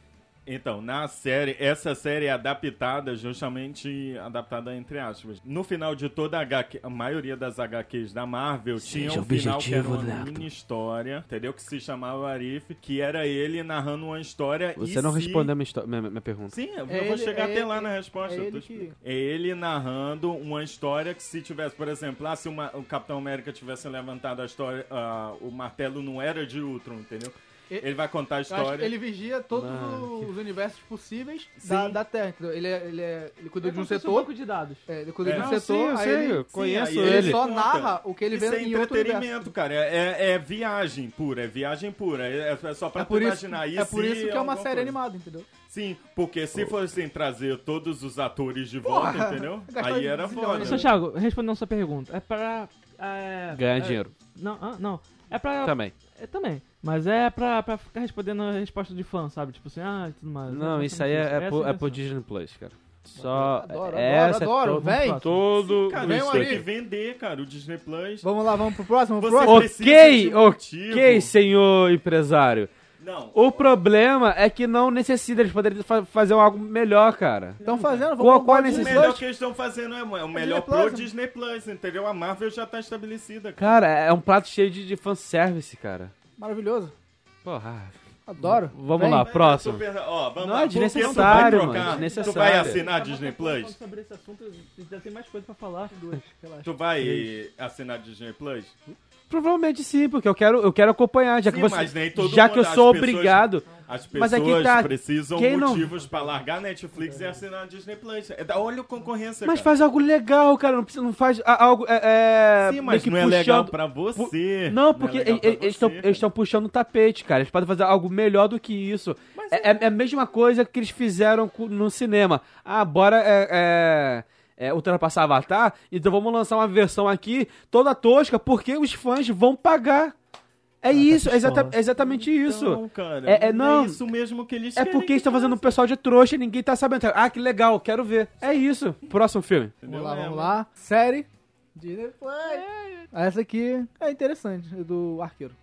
S4: Então, na série, essa série é adaptada, justamente adaptada entre aspas. No final de toda a HQ, a maioria das HQs da Marvel tinha um final que era uma mini história, entendeu? Que se chamava Arif, que era ele narrando uma história.
S1: Você
S4: e
S1: não
S4: se...
S1: respondeu minha, histó- minha- minha pergunta.
S4: Sim, eu
S3: É
S4: vou
S3: ele-
S4: chegar
S3: é
S4: até
S3: ele-
S4: lá na resposta.
S3: é
S4: eu tô
S3: ele que-
S4: explicando. É ele narrando uma história que se tivesse, por exemplo, lá se uma- o Capitão América tivesse levantado a história, ah, o martelo não era de Ultron, entendeu?
S3: E-
S4: Ele vai contar a
S3: Eu acho que
S4: história.
S3: ele vigia todos os universos possíveis da,
S4: Sim.
S3: da Terra. entendeu? Ele, é- ele, é- ele cuida
S2: É
S3: de um
S2: como se fosse
S3: setor.
S2: banco de dados.
S3: é, ele cuida
S4: É.
S3: de um
S4: Não,
S3: setor.
S1: sim, eu
S3: aí
S1: sei,
S3: ele-
S1: eu conheço
S4: aí
S1: ele.
S3: ele só
S4: conta.
S3: narra o que ele
S4: Isso
S3: vê
S4: é
S3: em outro universo.
S4: entretenimento, cara. É, é- é viagem pura, é viagem pura. É, é só pra
S3: É
S4: tu
S3: por, isso,
S4: imaginar isso.
S3: é por isso que é uma série
S4: coisa.
S3: animada, entendeu?
S4: Sim, porque se fossem trazer todos os atores de volta,
S3: Porra!
S4: entendeu?
S3: Gastou
S4: Aí era
S3: zilhões,
S4: foda.
S3: né?
S2: Santiago, respondendo a sua pergunta. É pra... É,
S1: Ganhar
S2: é-
S1: dinheiro Tá.
S2: Não, ah, não. É pra...
S1: também.
S2: É, também. Mas é pra, pra ficar respondendo a resposta de fã, sabe? Tipo assim, ah, e tudo mais.
S1: Não, isso aí
S2: Essa
S1: é, é, por, é
S2: intenção.
S1: pro Disney Plus, cara. Só.
S3: Adoro,
S1: essa
S3: adoro, adoro.
S1: é todo-
S3: Vem.
S1: todo.
S4: Cara,
S1: o
S3: Vem
S4: eles
S3: um
S4: têm
S3: ali.
S4: que vender, cara, o Disney Plus.
S3: Vamos lá, vamos pro próximo. Pro
S4: Você
S3: próximo.
S1: Ok,
S4: precisa de um
S1: ok,
S4: motivo.
S1: senhor empresário.
S4: Não.
S1: O problema é que não necessita, eles poderiam fa- fazer algo melhor, cara.
S3: Estão fazendo,
S1: Qual-
S3: vamos
S1: qual a
S4: O
S1: esses
S4: melhor
S1: dois-
S4: que eles estão fazendo é o
S3: Disney
S4: melhor pro
S3: Plus, né?
S4: Disney Plus, entendeu? A Marvel já tá estabelecida, cara.
S1: Cara, é um prato cheio de, de fanservice, cara.
S3: Maravilhoso.
S1: Porra.
S3: Adoro.
S1: Vamos
S3: Vem.
S1: lá, próximo.
S4: é Super- Ó, vamos
S1: Não,
S4: lá.
S1: é
S4: Por que
S1: desnecessário,
S4: tu vai
S1: mano, É
S4: trocar?
S1: desnecessário.
S4: Tu vai assinar Disney
S2: Falando
S4: Plus?
S2: Sobre esse assunto, ainda tem mais coisa pra falar.
S4: Tu vai assinar Disney Plus?
S1: Provavelmente sim, porque eu quero, eu quero acompanhar, já que
S4: Sim,
S1: você.
S4: mas nem todo
S1: já
S4: mundo,
S1: que eu
S4: as
S1: sou
S4: pessoas-
S1: obrigado.
S4: As pessoas
S1: Mas aqui tá-
S4: precisam
S1: quem não-
S4: motivos pra largar Netflix e assinar a Disney Plus. É da- Olha a concorrência,
S1: Mas
S4: cara.
S1: faz algo legal, cara. Não, precisa, não faz a- algo. É, é,
S4: Sim,
S1: meio
S4: mas
S1: que
S4: não é legal
S1: puxando-
S4: pra você.
S1: Não, porque
S4: é
S1: e-
S4: legal
S1: e-
S4: pra
S1: eles
S4: você,
S1: estão eles estão puxando o tapete, cara. Eles podem fazer algo melhor do que isso. É, é a mesma coisa que eles fizeram com- no cinema. Ah, bora é, é, é, ultrapassar Avatar, então vamos lançar uma versão aqui toda tosca, porque os fãs vão pagar. É isso, é exata- é exatamente isso.
S4: Então, cara,
S1: É- é-
S4: não
S1: não.
S4: é isso mesmo que eles
S1: É
S4: querem
S1: porque
S4: que
S1: eles estão fazendo o pessoal de trouxa e ninguém tá sabendo. Ah, que legal, quero ver. É isso. Próximo filme.
S4: entendeu?
S3: Vamos lá,
S4: É,
S3: vamos
S4: mas-
S3: lá. Série. Disney Plus. Essa aqui é interessante, é do Arqueiro.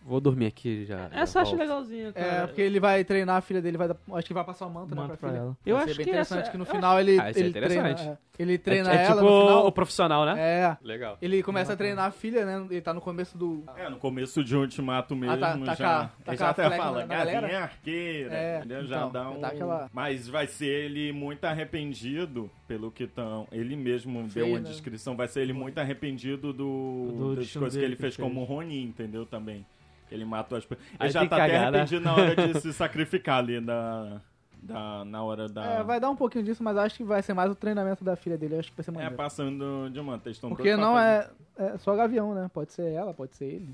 S1: Vou dormir aqui já.
S2: Essa eu É, acho legalzinha, cara.
S3: É, porque ele vai treinar a filha dele, vai dar- acho que vai passar o manto, né,
S2: Manda
S3: pra, filha.
S2: Eu
S3: Vai ser
S2: acho
S3: bem
S2: que
S3: interessante
S2: essa-
S3: que no
S2: eu
S3: final ele,
S1: Ah, isso é
S3: ele treina,
S1: interessante.
S3: é. ele treina
S1: é, é
S3: ela
S1: tipo
S3: no final.
S1: o profissional, né?
S3: É.
S1: Legal.
S3: Ele começa a treinar a filha, né? Ele tá no começo do.
S2: Ah.
S4: É, no começo de Ultimato mesmo,
S3: tá-
S4: já,
S3: tá cá- tá cá
S4: ele já
S3: a
S4: até
S3: flecha
S4: fala,
S3: na- na galera?
S4: galinha arqueira,
S3: É,
S4: entendeu? já
S3: então,
S4: dá um...
S3: dá aquela-
S4: Mas vai ser ele muito arrependido, pelo que tão... Ele mesmo deu
S3: Sim,
S4: uma
S3: né?
S4: descrição, vai ser ele muito arrependido do...
S2: Do
S4: das
S2: destino
S4: coisas que
S2: dele
S4: ele
S2: que
S4: fez
S2: fez.
S4: como Ronin, entendeu? Também. Ele matou as pessoas.
S1: Aí
S4: Ele já
S1: tem
S4: tá
S1: que
S4: até
S1: cagar, né?
S4: arrependido na hora de se sacrificar ali na, da- na hora da...
S3: É, vai dar um pouquinho disso, mas acho que vai ser mais o treinamento da filha dele. Acho que vai ser
S4: É,
S3: maneiro.
S4: passando de uma textão
S3: Porque não é, é só Gavião, né? Pode ser ela, pode ser ele.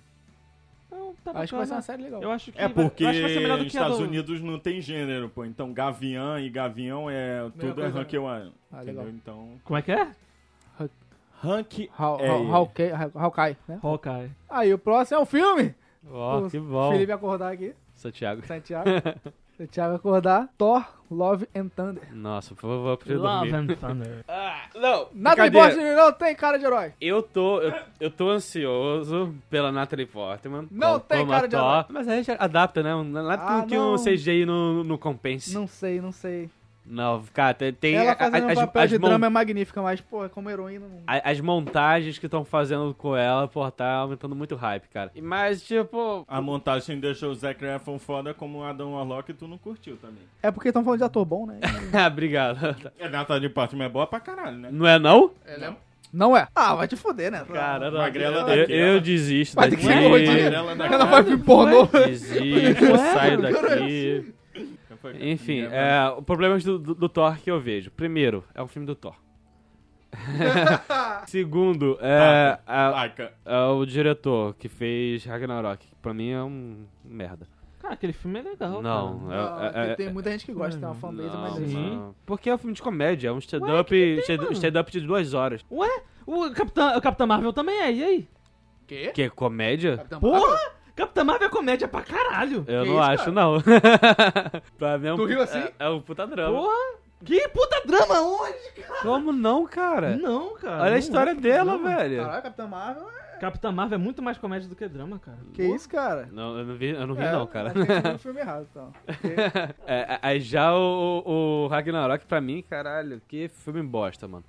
S2: Então, tá
S3: Acho que vai ser
S2: bacana.
S3: uma série legal.
S2: Eu acho que
S4: É
S2: vai- eu
S4: porque
S2: acho que vai ser melhor do que
S4: nos
S2: a
S4: Estados
S2: do-
S4: Unidos não tem gênero, pô. Então gavião e gavião é tudo é
S3: coisa,
S2: né?
S4: rank 1.
S3: Ah,
S4: entendeu?
S3: legal.
S4: Então.
S2: Como é que é?
S4: Rank
S3: Hal-
S4: É,
S3: Hal-
S4: e-
S3: Hawkeye- Haw- Hawkeye, né?
S2: Hawkeye.
S3: Aí o próximo é o filme!
S1: Ó,
S3: O
S1: que bom.
S3: Felipe acordar aqui,
S1: Santiago.
S3: Santiago. Santiago acordar, Thor, Love and Thunder.
S1: Nossa, por favor, pra eu
S2: Love
S1: dormir.
S2: and Thunder.
S1: Não,
S3: Natalie Portman não tem cara de herói.
S1: Eu tô, eu, eu tô ansioso pela Natalie Portman.
S3: Não
S1: com-
S3: tem
S1: como
S3: cara de
S1: ator.
S3: herói.
S1: Mas a gente adapta, né? Um- Nada
S3: Ah,
S1: que um
S3: não.
S1: CGI não, não compense. Não.
S3: Não sei, não sei.
S1: cara, tem, tem
S3: Ela
S1: a-
S3: fazendo
S1: a-
S3: um
S1: as,
S3: papel
S1: as
S3: de
S1: mon-
S3: drama é magnífica, mas, pô, como heroína não...
S1: a- as montagens que estão fazendo com ela, pô, tá aumentando muito o hype, cara. E- Mas, tipo,
S4: A montagem deixou o Zac Efron foda como o Adam Warlock e tu não curtiu também.
S3: É porque estão falando de ator bom, né?
S1: ah, obrigado.
S4: É Natalie Portman é boa pra caralho, né?
S1: Não é não?
S3: Não é. Ah, vai te foder, né?
S1: Cara, não.
S4: Magrela
S1: eu,
S4: daqui,
S1: eu
S4: ó.
S1: desisto
S3: Vai
S1: daqui.
S3: ter que ser um gordinha.
S4: Magrela
S3: O cara vai
S4: da
S3: pro pornô.
S1: Desisto, saio daqui.
S4: Foi-
S1: Enfim,
S4: Ninguém vai-
S1: é, o problema do, do, do Thor que eu vejo. Primeiro, é um filme do Thor. Segundo, é, a-
S4: Ai, ca-
S1: é o diretor que fez Ragnarok, que pra mim é um merda.
S2: Cara, aquele filme é legal.
S1: Não, é-
S3: Não,
S1: é- é-
S3: tem muita gente que gosta, tem
S1: não,
S3: uma fanbase, mas...
S2: sim.
S1: não. Porque é um filme de comédia, é um
S2: Ué,
S1: stand-up
S2: que que tem,
S1: stand
S2: mano?
S1: stand-up de duas horas.
S2: cara. Ué? O Capitão, o Capitão Marvel também é, e aí?
S3: Quê?
S1: Que é comédia?
S2: Porra! Capitão Marvel é comédia pra caralho!
S1: Eu
S3: Que
S1: não
S3: isso,
S1: acho,
S3: cara?
S1: não. pra mim é um,
S3: Tu riu assim?
S1: É, é um puta drama.
S2: Porra! Que puta drama onde?
S1: Como não, cara?
S2: Não,
S1: Olha
S2: cara. Hum, não
S1: a história
S2: é.
S1: dela,
S2: Não.
S1: velho.
S3: Caralho, Capitão Marvel... é-
S2: Capitão Marvel é muito mais comédia do que drama, cara.
S3: Que isso, cara?
S1: Não, eu não vi, eu não, vi
S3: É,
S1: não cara.
S3: acho que a gente viu o filme errado, então.
S1: É, aí já o, o- o Ragnarok, pra mim, caralho, que filme bosta, mano.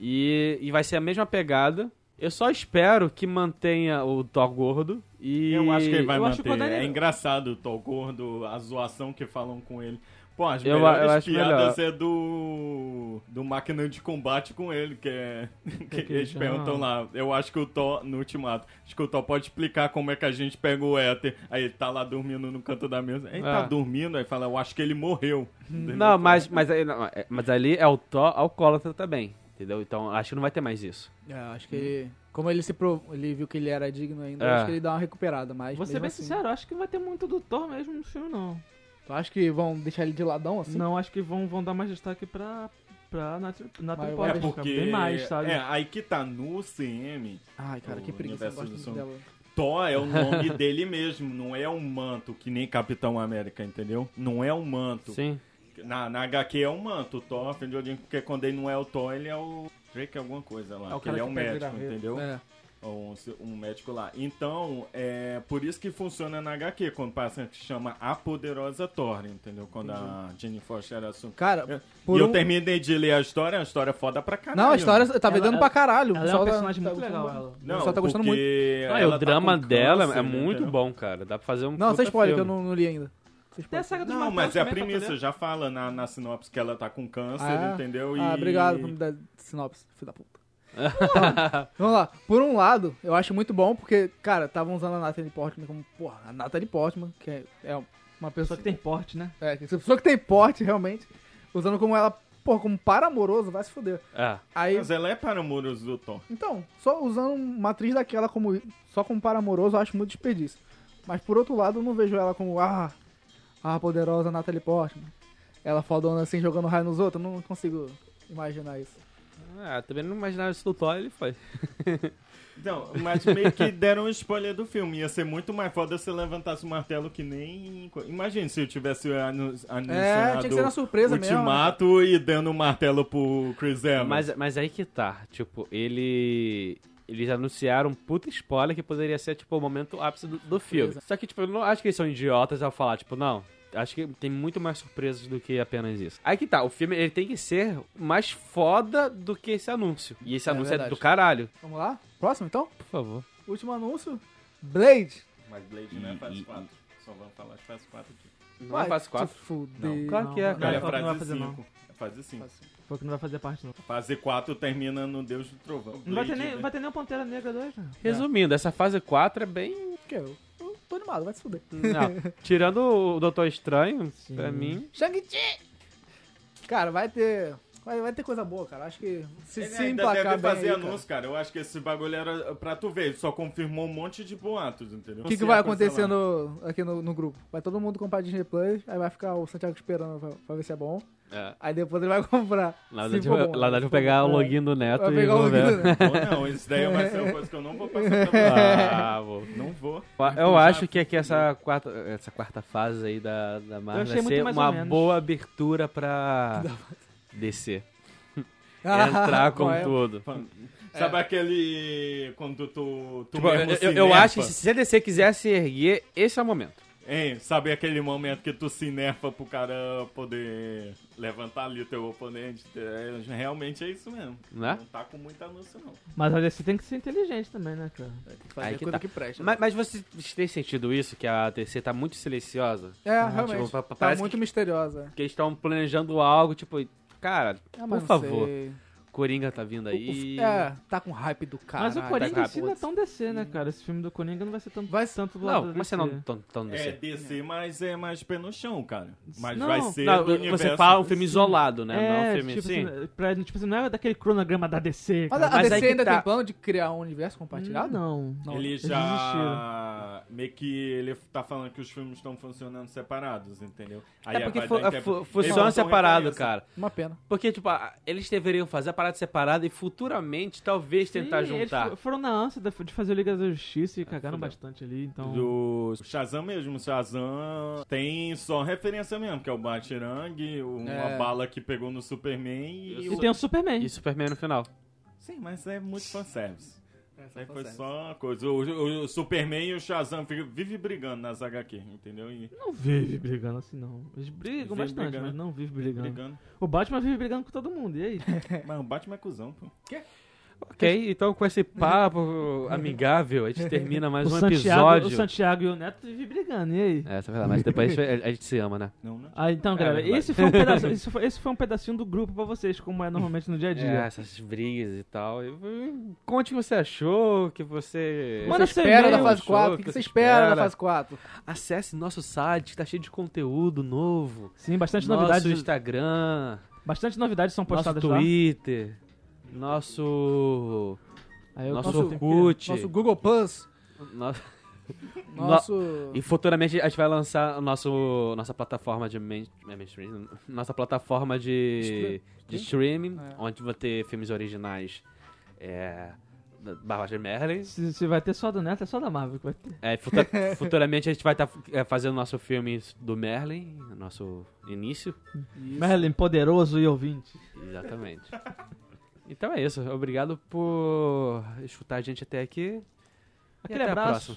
S1: E, e vai ser a mesma pegada. Eu só espero que mantenha o Thor gordo e...
S4: Eu acho que ele vai
S2: eu acho
S4: manter.
S2: que quando ele-
S4: É engraçado o Thor gordo, a zoação que falam com ele. Pô, as
S1: Eu- eu
S4: melhores
S1: acho
S4: piadas é do. do máquina de combate com ele, que é. Que,
S2: que
S4: eles
S2: ele
S4: perguntam lá. Eu acho que o Thor, no ultimato, acho que o Thor pode explicar como é que a gente pega o éter. Aí ele tá lá dormindo no canto da mesa. Ele tá
S1: É. Hum.
S4: dormindo, aí fala, eu acho que ele morreu. Entendeu?
S1: Não, mas, mas, aí- não, é- mas ali é o Thor alcoólatra também, entendeu? Então acho que não vai ter mais isso.
S3: É, acho que ele... Como ele se provou, ele viu que ele era digno ainda,
S1: É.
S3: acho que ele dá uma recuperada, mas
S2: Vou ser
S3: mesmo
S2: bem
S3: assim,
S2: sincero, acho que não vai ter muito do Thor mesmo no filme, não.
S3: Tu acha que vão deixar ele de ladão, assim?
S2: Não, acho que vão, vão dar mais destaque pra, pra Natalie Natalie
S3: Mas
S2: Portman.
S4: É porque.
S2: Bem mais, sabe?
S4: É, aí que tá no CM,
S3: Ai, cara, que
S4: O
S3: preguiça, eu
S4: universo
S3: gosto
S4: do
S3: muito
S4: som.
S3: dela.
S4: Thor é o nome dele mesmo, não é um manto, que nem Capitão América, entendeu? Não é um manto.
S1: Sim.
S4: Na, na HQ é um manto, o Thor, filho de Odin, porque quando ele não é o Thor, ele é o Drake alguma coisa lá,
S2: É o
S4: que
S2: cara
S4: ele é
S2: que
S4: um
S2: pega o
S4: médico,
S2: graveto.
S4: entendeu?
S3: É.
S4: Um, um médico lá. Então, é por isso que funciona na HQ, quando passa que chama A Poderosa Thor, entendeu? Quando a Jenny Foster era assumida.
S3: Cara,
S4: Eu-
S3: por
S4: e eu
S3: um-
S4: terminei de ler a história, é uma história foda pra caralho.
S3: Não, a história tá
S2: Ela-
S3: vendendo
S2: ela-
S3: pra caralho. tá-
S2: Ela é um personagem muito legal, ela.
S4: Não,
S3: pessoal tá gostando
S4: porque
S1: Ah, e
S4: ela
S1: o
S4: tá
S1: drama
S4: com
S1: dela é
S4: câncer,
S1: muito
S4: entendeu?
S1: bom, cara. Dá pra fazer um
S3: Não,
S1: puta
S3: sem spoiler, que eu
S1: filme.
S3: não, não li ainda. Sem
S2: Tem a
S3: spoiler.
S2: saga dos
S4: Não,
S2: Martins
S4: mas é a
S2: também pra
S4: premissa,
S2: poder-
S4: já fala na, na sinopse que ela tá com câncer,
S3: Ah,
S4: entendeu?
S3: Ah,
S4: E-
S3: obrigado por me dar sinopse, filho da puta. Então, vamos lá. Por um lado, eu acho muito bom, porque, cara, estavam usando a Natalie Portman como, porra, a Natalie Portman, que é, é uma
S2: Só
S3: pessoa
S2: que tem porte, né?
S3: É, que- pessoa que tem porte, realmente, usando como ela, porra, como para amoroso, vai se fuder.
S1: É.
S3: Aí,
S4: Mas ela é para muros do Thor.
S3: então, só usando uma atriz daquela como, só como para amoroso, eu acho muito desperdício. Mas por outro lado, eu não vejo ela como, ah, a poderosa Natalie Portman. Ela fodona assim, jogando raio nos outros, eu não consigo imaginar isso.
S1: Ah, também não imaginava isso do Thor, ele foi.
S4: Não, mas meio que deram um spoiler do filme. Ia ser muito mais foda se levantasse o martelo que nem. Imagina se eu tivesse anu- anunciado.
S3: É, tinha que ser na surpresa mesmo.
S4: Ultimato e dando o martelo pro um Chris Evans.
S1: Mas, mas aí que tá, tipo, ele. Eles anunciaram um puta spoiler que poderia ser, tipo, o momento ápice do, do filme. Só que, tipo, eu não acho que eles são idiotas ao falar, tipo, não. Acho que tem muito mais surpresas do que apenas isso. Aí que tá, o filme ele tem que ser mais foda do que esse anúncio. E esse
S3: É
S1: anúncio é
S3: verdade.
S1: do caralho.
S3: Vamos lá? Próximo, então?
S1: Por favor.
S3: Último anúncio. Blade.
S4: Mas Blade não é fase 4. Só vamos falar de fase 4 aqui.
S1: Não é fase
S3: tipo,
S1: 4.
S3: Fudeu.
S2: Claro que é,
S4: Não,
S2: cara.
S4: é
S2: Não, não vai
S4: fase
S2: fazer, não.
S4: 5. É fase 5.
S2: Foi que não vai fazer parte, não.
S4: Fase 4 termina no Deus do Trovão.
S2: Não vai ter,
S4: Blade,
S2: nem,
S4: né?
S2: vai ter nem o Pantera Negra né? 2, cara.
S1: Resumindo, essa fase 4 é bem.
S3: Que eu, eu tô animado, vai se fuder.
S1: Não, tirando o Doutor Estranho, pra mim.
S3: Shang-Chi! Cara, vai ter. Vai, vai ter coisa boa, cara. Acho que se,
S4: Ele
S3: se
S4: ainda
S3: emplacar
S4: É, deve
S3: bem
S4: fazer
S3: aí,
S4: anúncio, cara. Eu acho que esse bagulho era pra tu ver. Ele só confirmou um monte de boatos, entendeu? é
S3: O que, que vai acontecer no- aqui no, no grupo? Vai todo mundo comprar Disney Plus, aí vai ficar o Santiago esperando pra, pra ver se é bom.
S1: É.
S3: Aí depois ele vai comprar.
S1: Na
S3: Se
S1: verdade,
S3: for
S1: eu- na verdade,
S3: bom, né? Se
S1: eu vou
S3: for
S1: pegar
S3: bom,
S1: o
S3: é.
S1: login do Neto
S3: Vai
S1: e
S3: pegar o
S1: vou ver.
S3: login.
S4: Ou não, isso daí vai ser uma coisa que eu não vou passar pra
S1: Ah, vou.
S4: Não vou.
S1: Eu acho que aqui essa quarta, essa quarta fase aí da, da Marvel
S2: achei
S1: vai
S2: muito
S1: ser
S2: mais ou
S1: uma
S2: menos.
S1: boa abertura pra descer.
S3: Ah,
S1: Entrar com
S3: qual é?
S1: tudo.
S4: Sabe aquele. Quando tu. tu
S1: Tipo,
S4: é? mesmo
S1: eu,
S4: se
S1: eu- eu
S4: nerfa?
S1: acho que se a DC quiser se erguer, esse é o momento.
S4: Hein, sabe aquele momento que tu se nerfa pro cara poder levantar ali o teu oponente? É, realmente é isso mesmo.
S1: Né?
S4: Não tá com muita anúncio, não.
S2: Mas a DC tem que ser inteligente também, né, cara?
S3: Fazer
S1: Aí que tá.
S3: coisa que presta.
S1: Mas, mas você tem sentido isso? Que a DC tá muito silenciosa?
S3: É, realmente.
S1: tipo, pa- pa-
S3: tá
S1: parece
S3: muito
S1: que-
S3: misteriosa.
S1: Que eles estão planejando algo, tipo, cara,
S3: Ah,
S1: por
S3: mas não
S1: favor,
S3: sei.
S1: Coringa tá vindo
S3: O-
S1: aí.
S3: o- é, tá com hype do cara.
S2: Mas o Coringa
S1: tá
S2: em si não é tão DC, né, cara? Esse filme do Coringa não vai ser tanto,
S3: Vai-
S2: tanto do lado
S1: Não,
S2: da
S1: mas você
S2: DC.
S1: não né? tão, tão DC.
S4: É DC, mas é mais pé no chão, cara. Mas
S2: Não.
S4: vai ser
S1: Não,
S4: do universo.
S1: você fala um filme isolado, né? não é
S2: É,
S1: um filme
S2: tipo,
S1: sim.
S2: assim, pra, tipo assim, não é daquele cronograma da DC,
S3: Mas
S2: cara. Ah,
S3: a
S1: Mas aí
S3: DC
S1: que
S3: ainda
S1: tá.
S3: tem plano de criar um universo
S2: é
S3: compartilhado?
S2: Não.
S3: Não.
S4: Ele
S2: eles
S4: já. Meio que ele tá falando que os filmes estão funcionando separados, entendeu? Aí
S1: É porque
S4: vai
S1: fu
S4: dar inter-
S1: fu-
S4: Eles
S1: funciona
S4: botam
S1: separado,
S4: referência.
S1: cara.
S3: Uma pena.
S1: Porque, tipo, a- eles deveriam fazer a parada separada e futuramente talvez tentar
S2: Sim,
S1: juntar. Ah,
S2: Eles fo- foram na ânsia da- de fazer o Liga da Justiça e cagaram bastante ali, então...
S4: Do Shazam mesmo, Shazam tem só referência mesmo, que é o Batirang, uma
S3: É.
S4: bala que pegou no Superman e,
S2: E
S4: o...
S2: tem o Superman.
S1: E Superman no final.
S4: Sim, mas é muito fanservice.
S1: É,
S3: Essa
S4: Aí foi
S3: fanservice.
S4: só uma coisa. O, o- o Superman e o Shazam fica- vive brigando nas HQ, entendeu? E
S2: Não vive brigando assim, não. Eles brigam
S4: Vive
S2: bastante,
S4: brigando.
S2: mas não vive brigando.
S4: brigando.
S2: O Batman vive brigando com todo mundo, e aí?
S4: Mas o Batman é cuzão, pô.
S1: Ok, então com esse papo amigável, a gente termina mais
S2: o,
S1: um
S2: Santiago, o
S1: episódio.
S2: Santiago e o Neto vivem brigando, e aí?
S1: É, essa é verdade, mas depois a gente- a gente se ama, né?
S4: Não, né?
S2: Ah, então, galera,
S1: verdade.
S2: esse, foi um pedaço, esse, foi, esse foi um pedacinho do grupo pra vocês, como é normalmente no dia a
S1: É,
S2: dia.
S1: essas brigas e tal. E, e, Conte o que você achou, o que você.
S2: Manda
S1: você
S2: seu
S3: Espera
S2: e-mail,
S3: da fase
S1: achou,
S3: 4. O que, que você espera da fase 4?
S1: Acesse nosso site, tá cheio de conteúdo novo.
S2: Sim, bastante
S1: nosso
S2: novidades.
S1: Instagram,
S2: Bastante novidades são
S1: nosso
S2: postadas lá.
S1: Twitter, nosso.
S2: Aí eu-
S1: nosso
S2: Nossa,
S1: Orkut.
S3: Nosso Google Plus.
S1: nosso-
S3: Nosso.
S1: E futuramente a gente vai lançar o nosso, nossa plataforma de main, é mainstream, nossa plataforma de, de streaming,
S3: É.
S1: onde vai ter filmes originais é, da Barba de Merlin.
S2: Se, se vai ter só do Neto, é só da Marvel que vai ter.
S1: É, futura- futuramente a gente vai estar fazendo nosso filme do Merlin, nosso início.
S2: Merlin, poderoso e ouvinte.
S1: Exatamente. Então é isso. Obrigado por escutar a gente até aqui.
S2: Aquele
S1: até a
S2: abraço.
S1: próxima.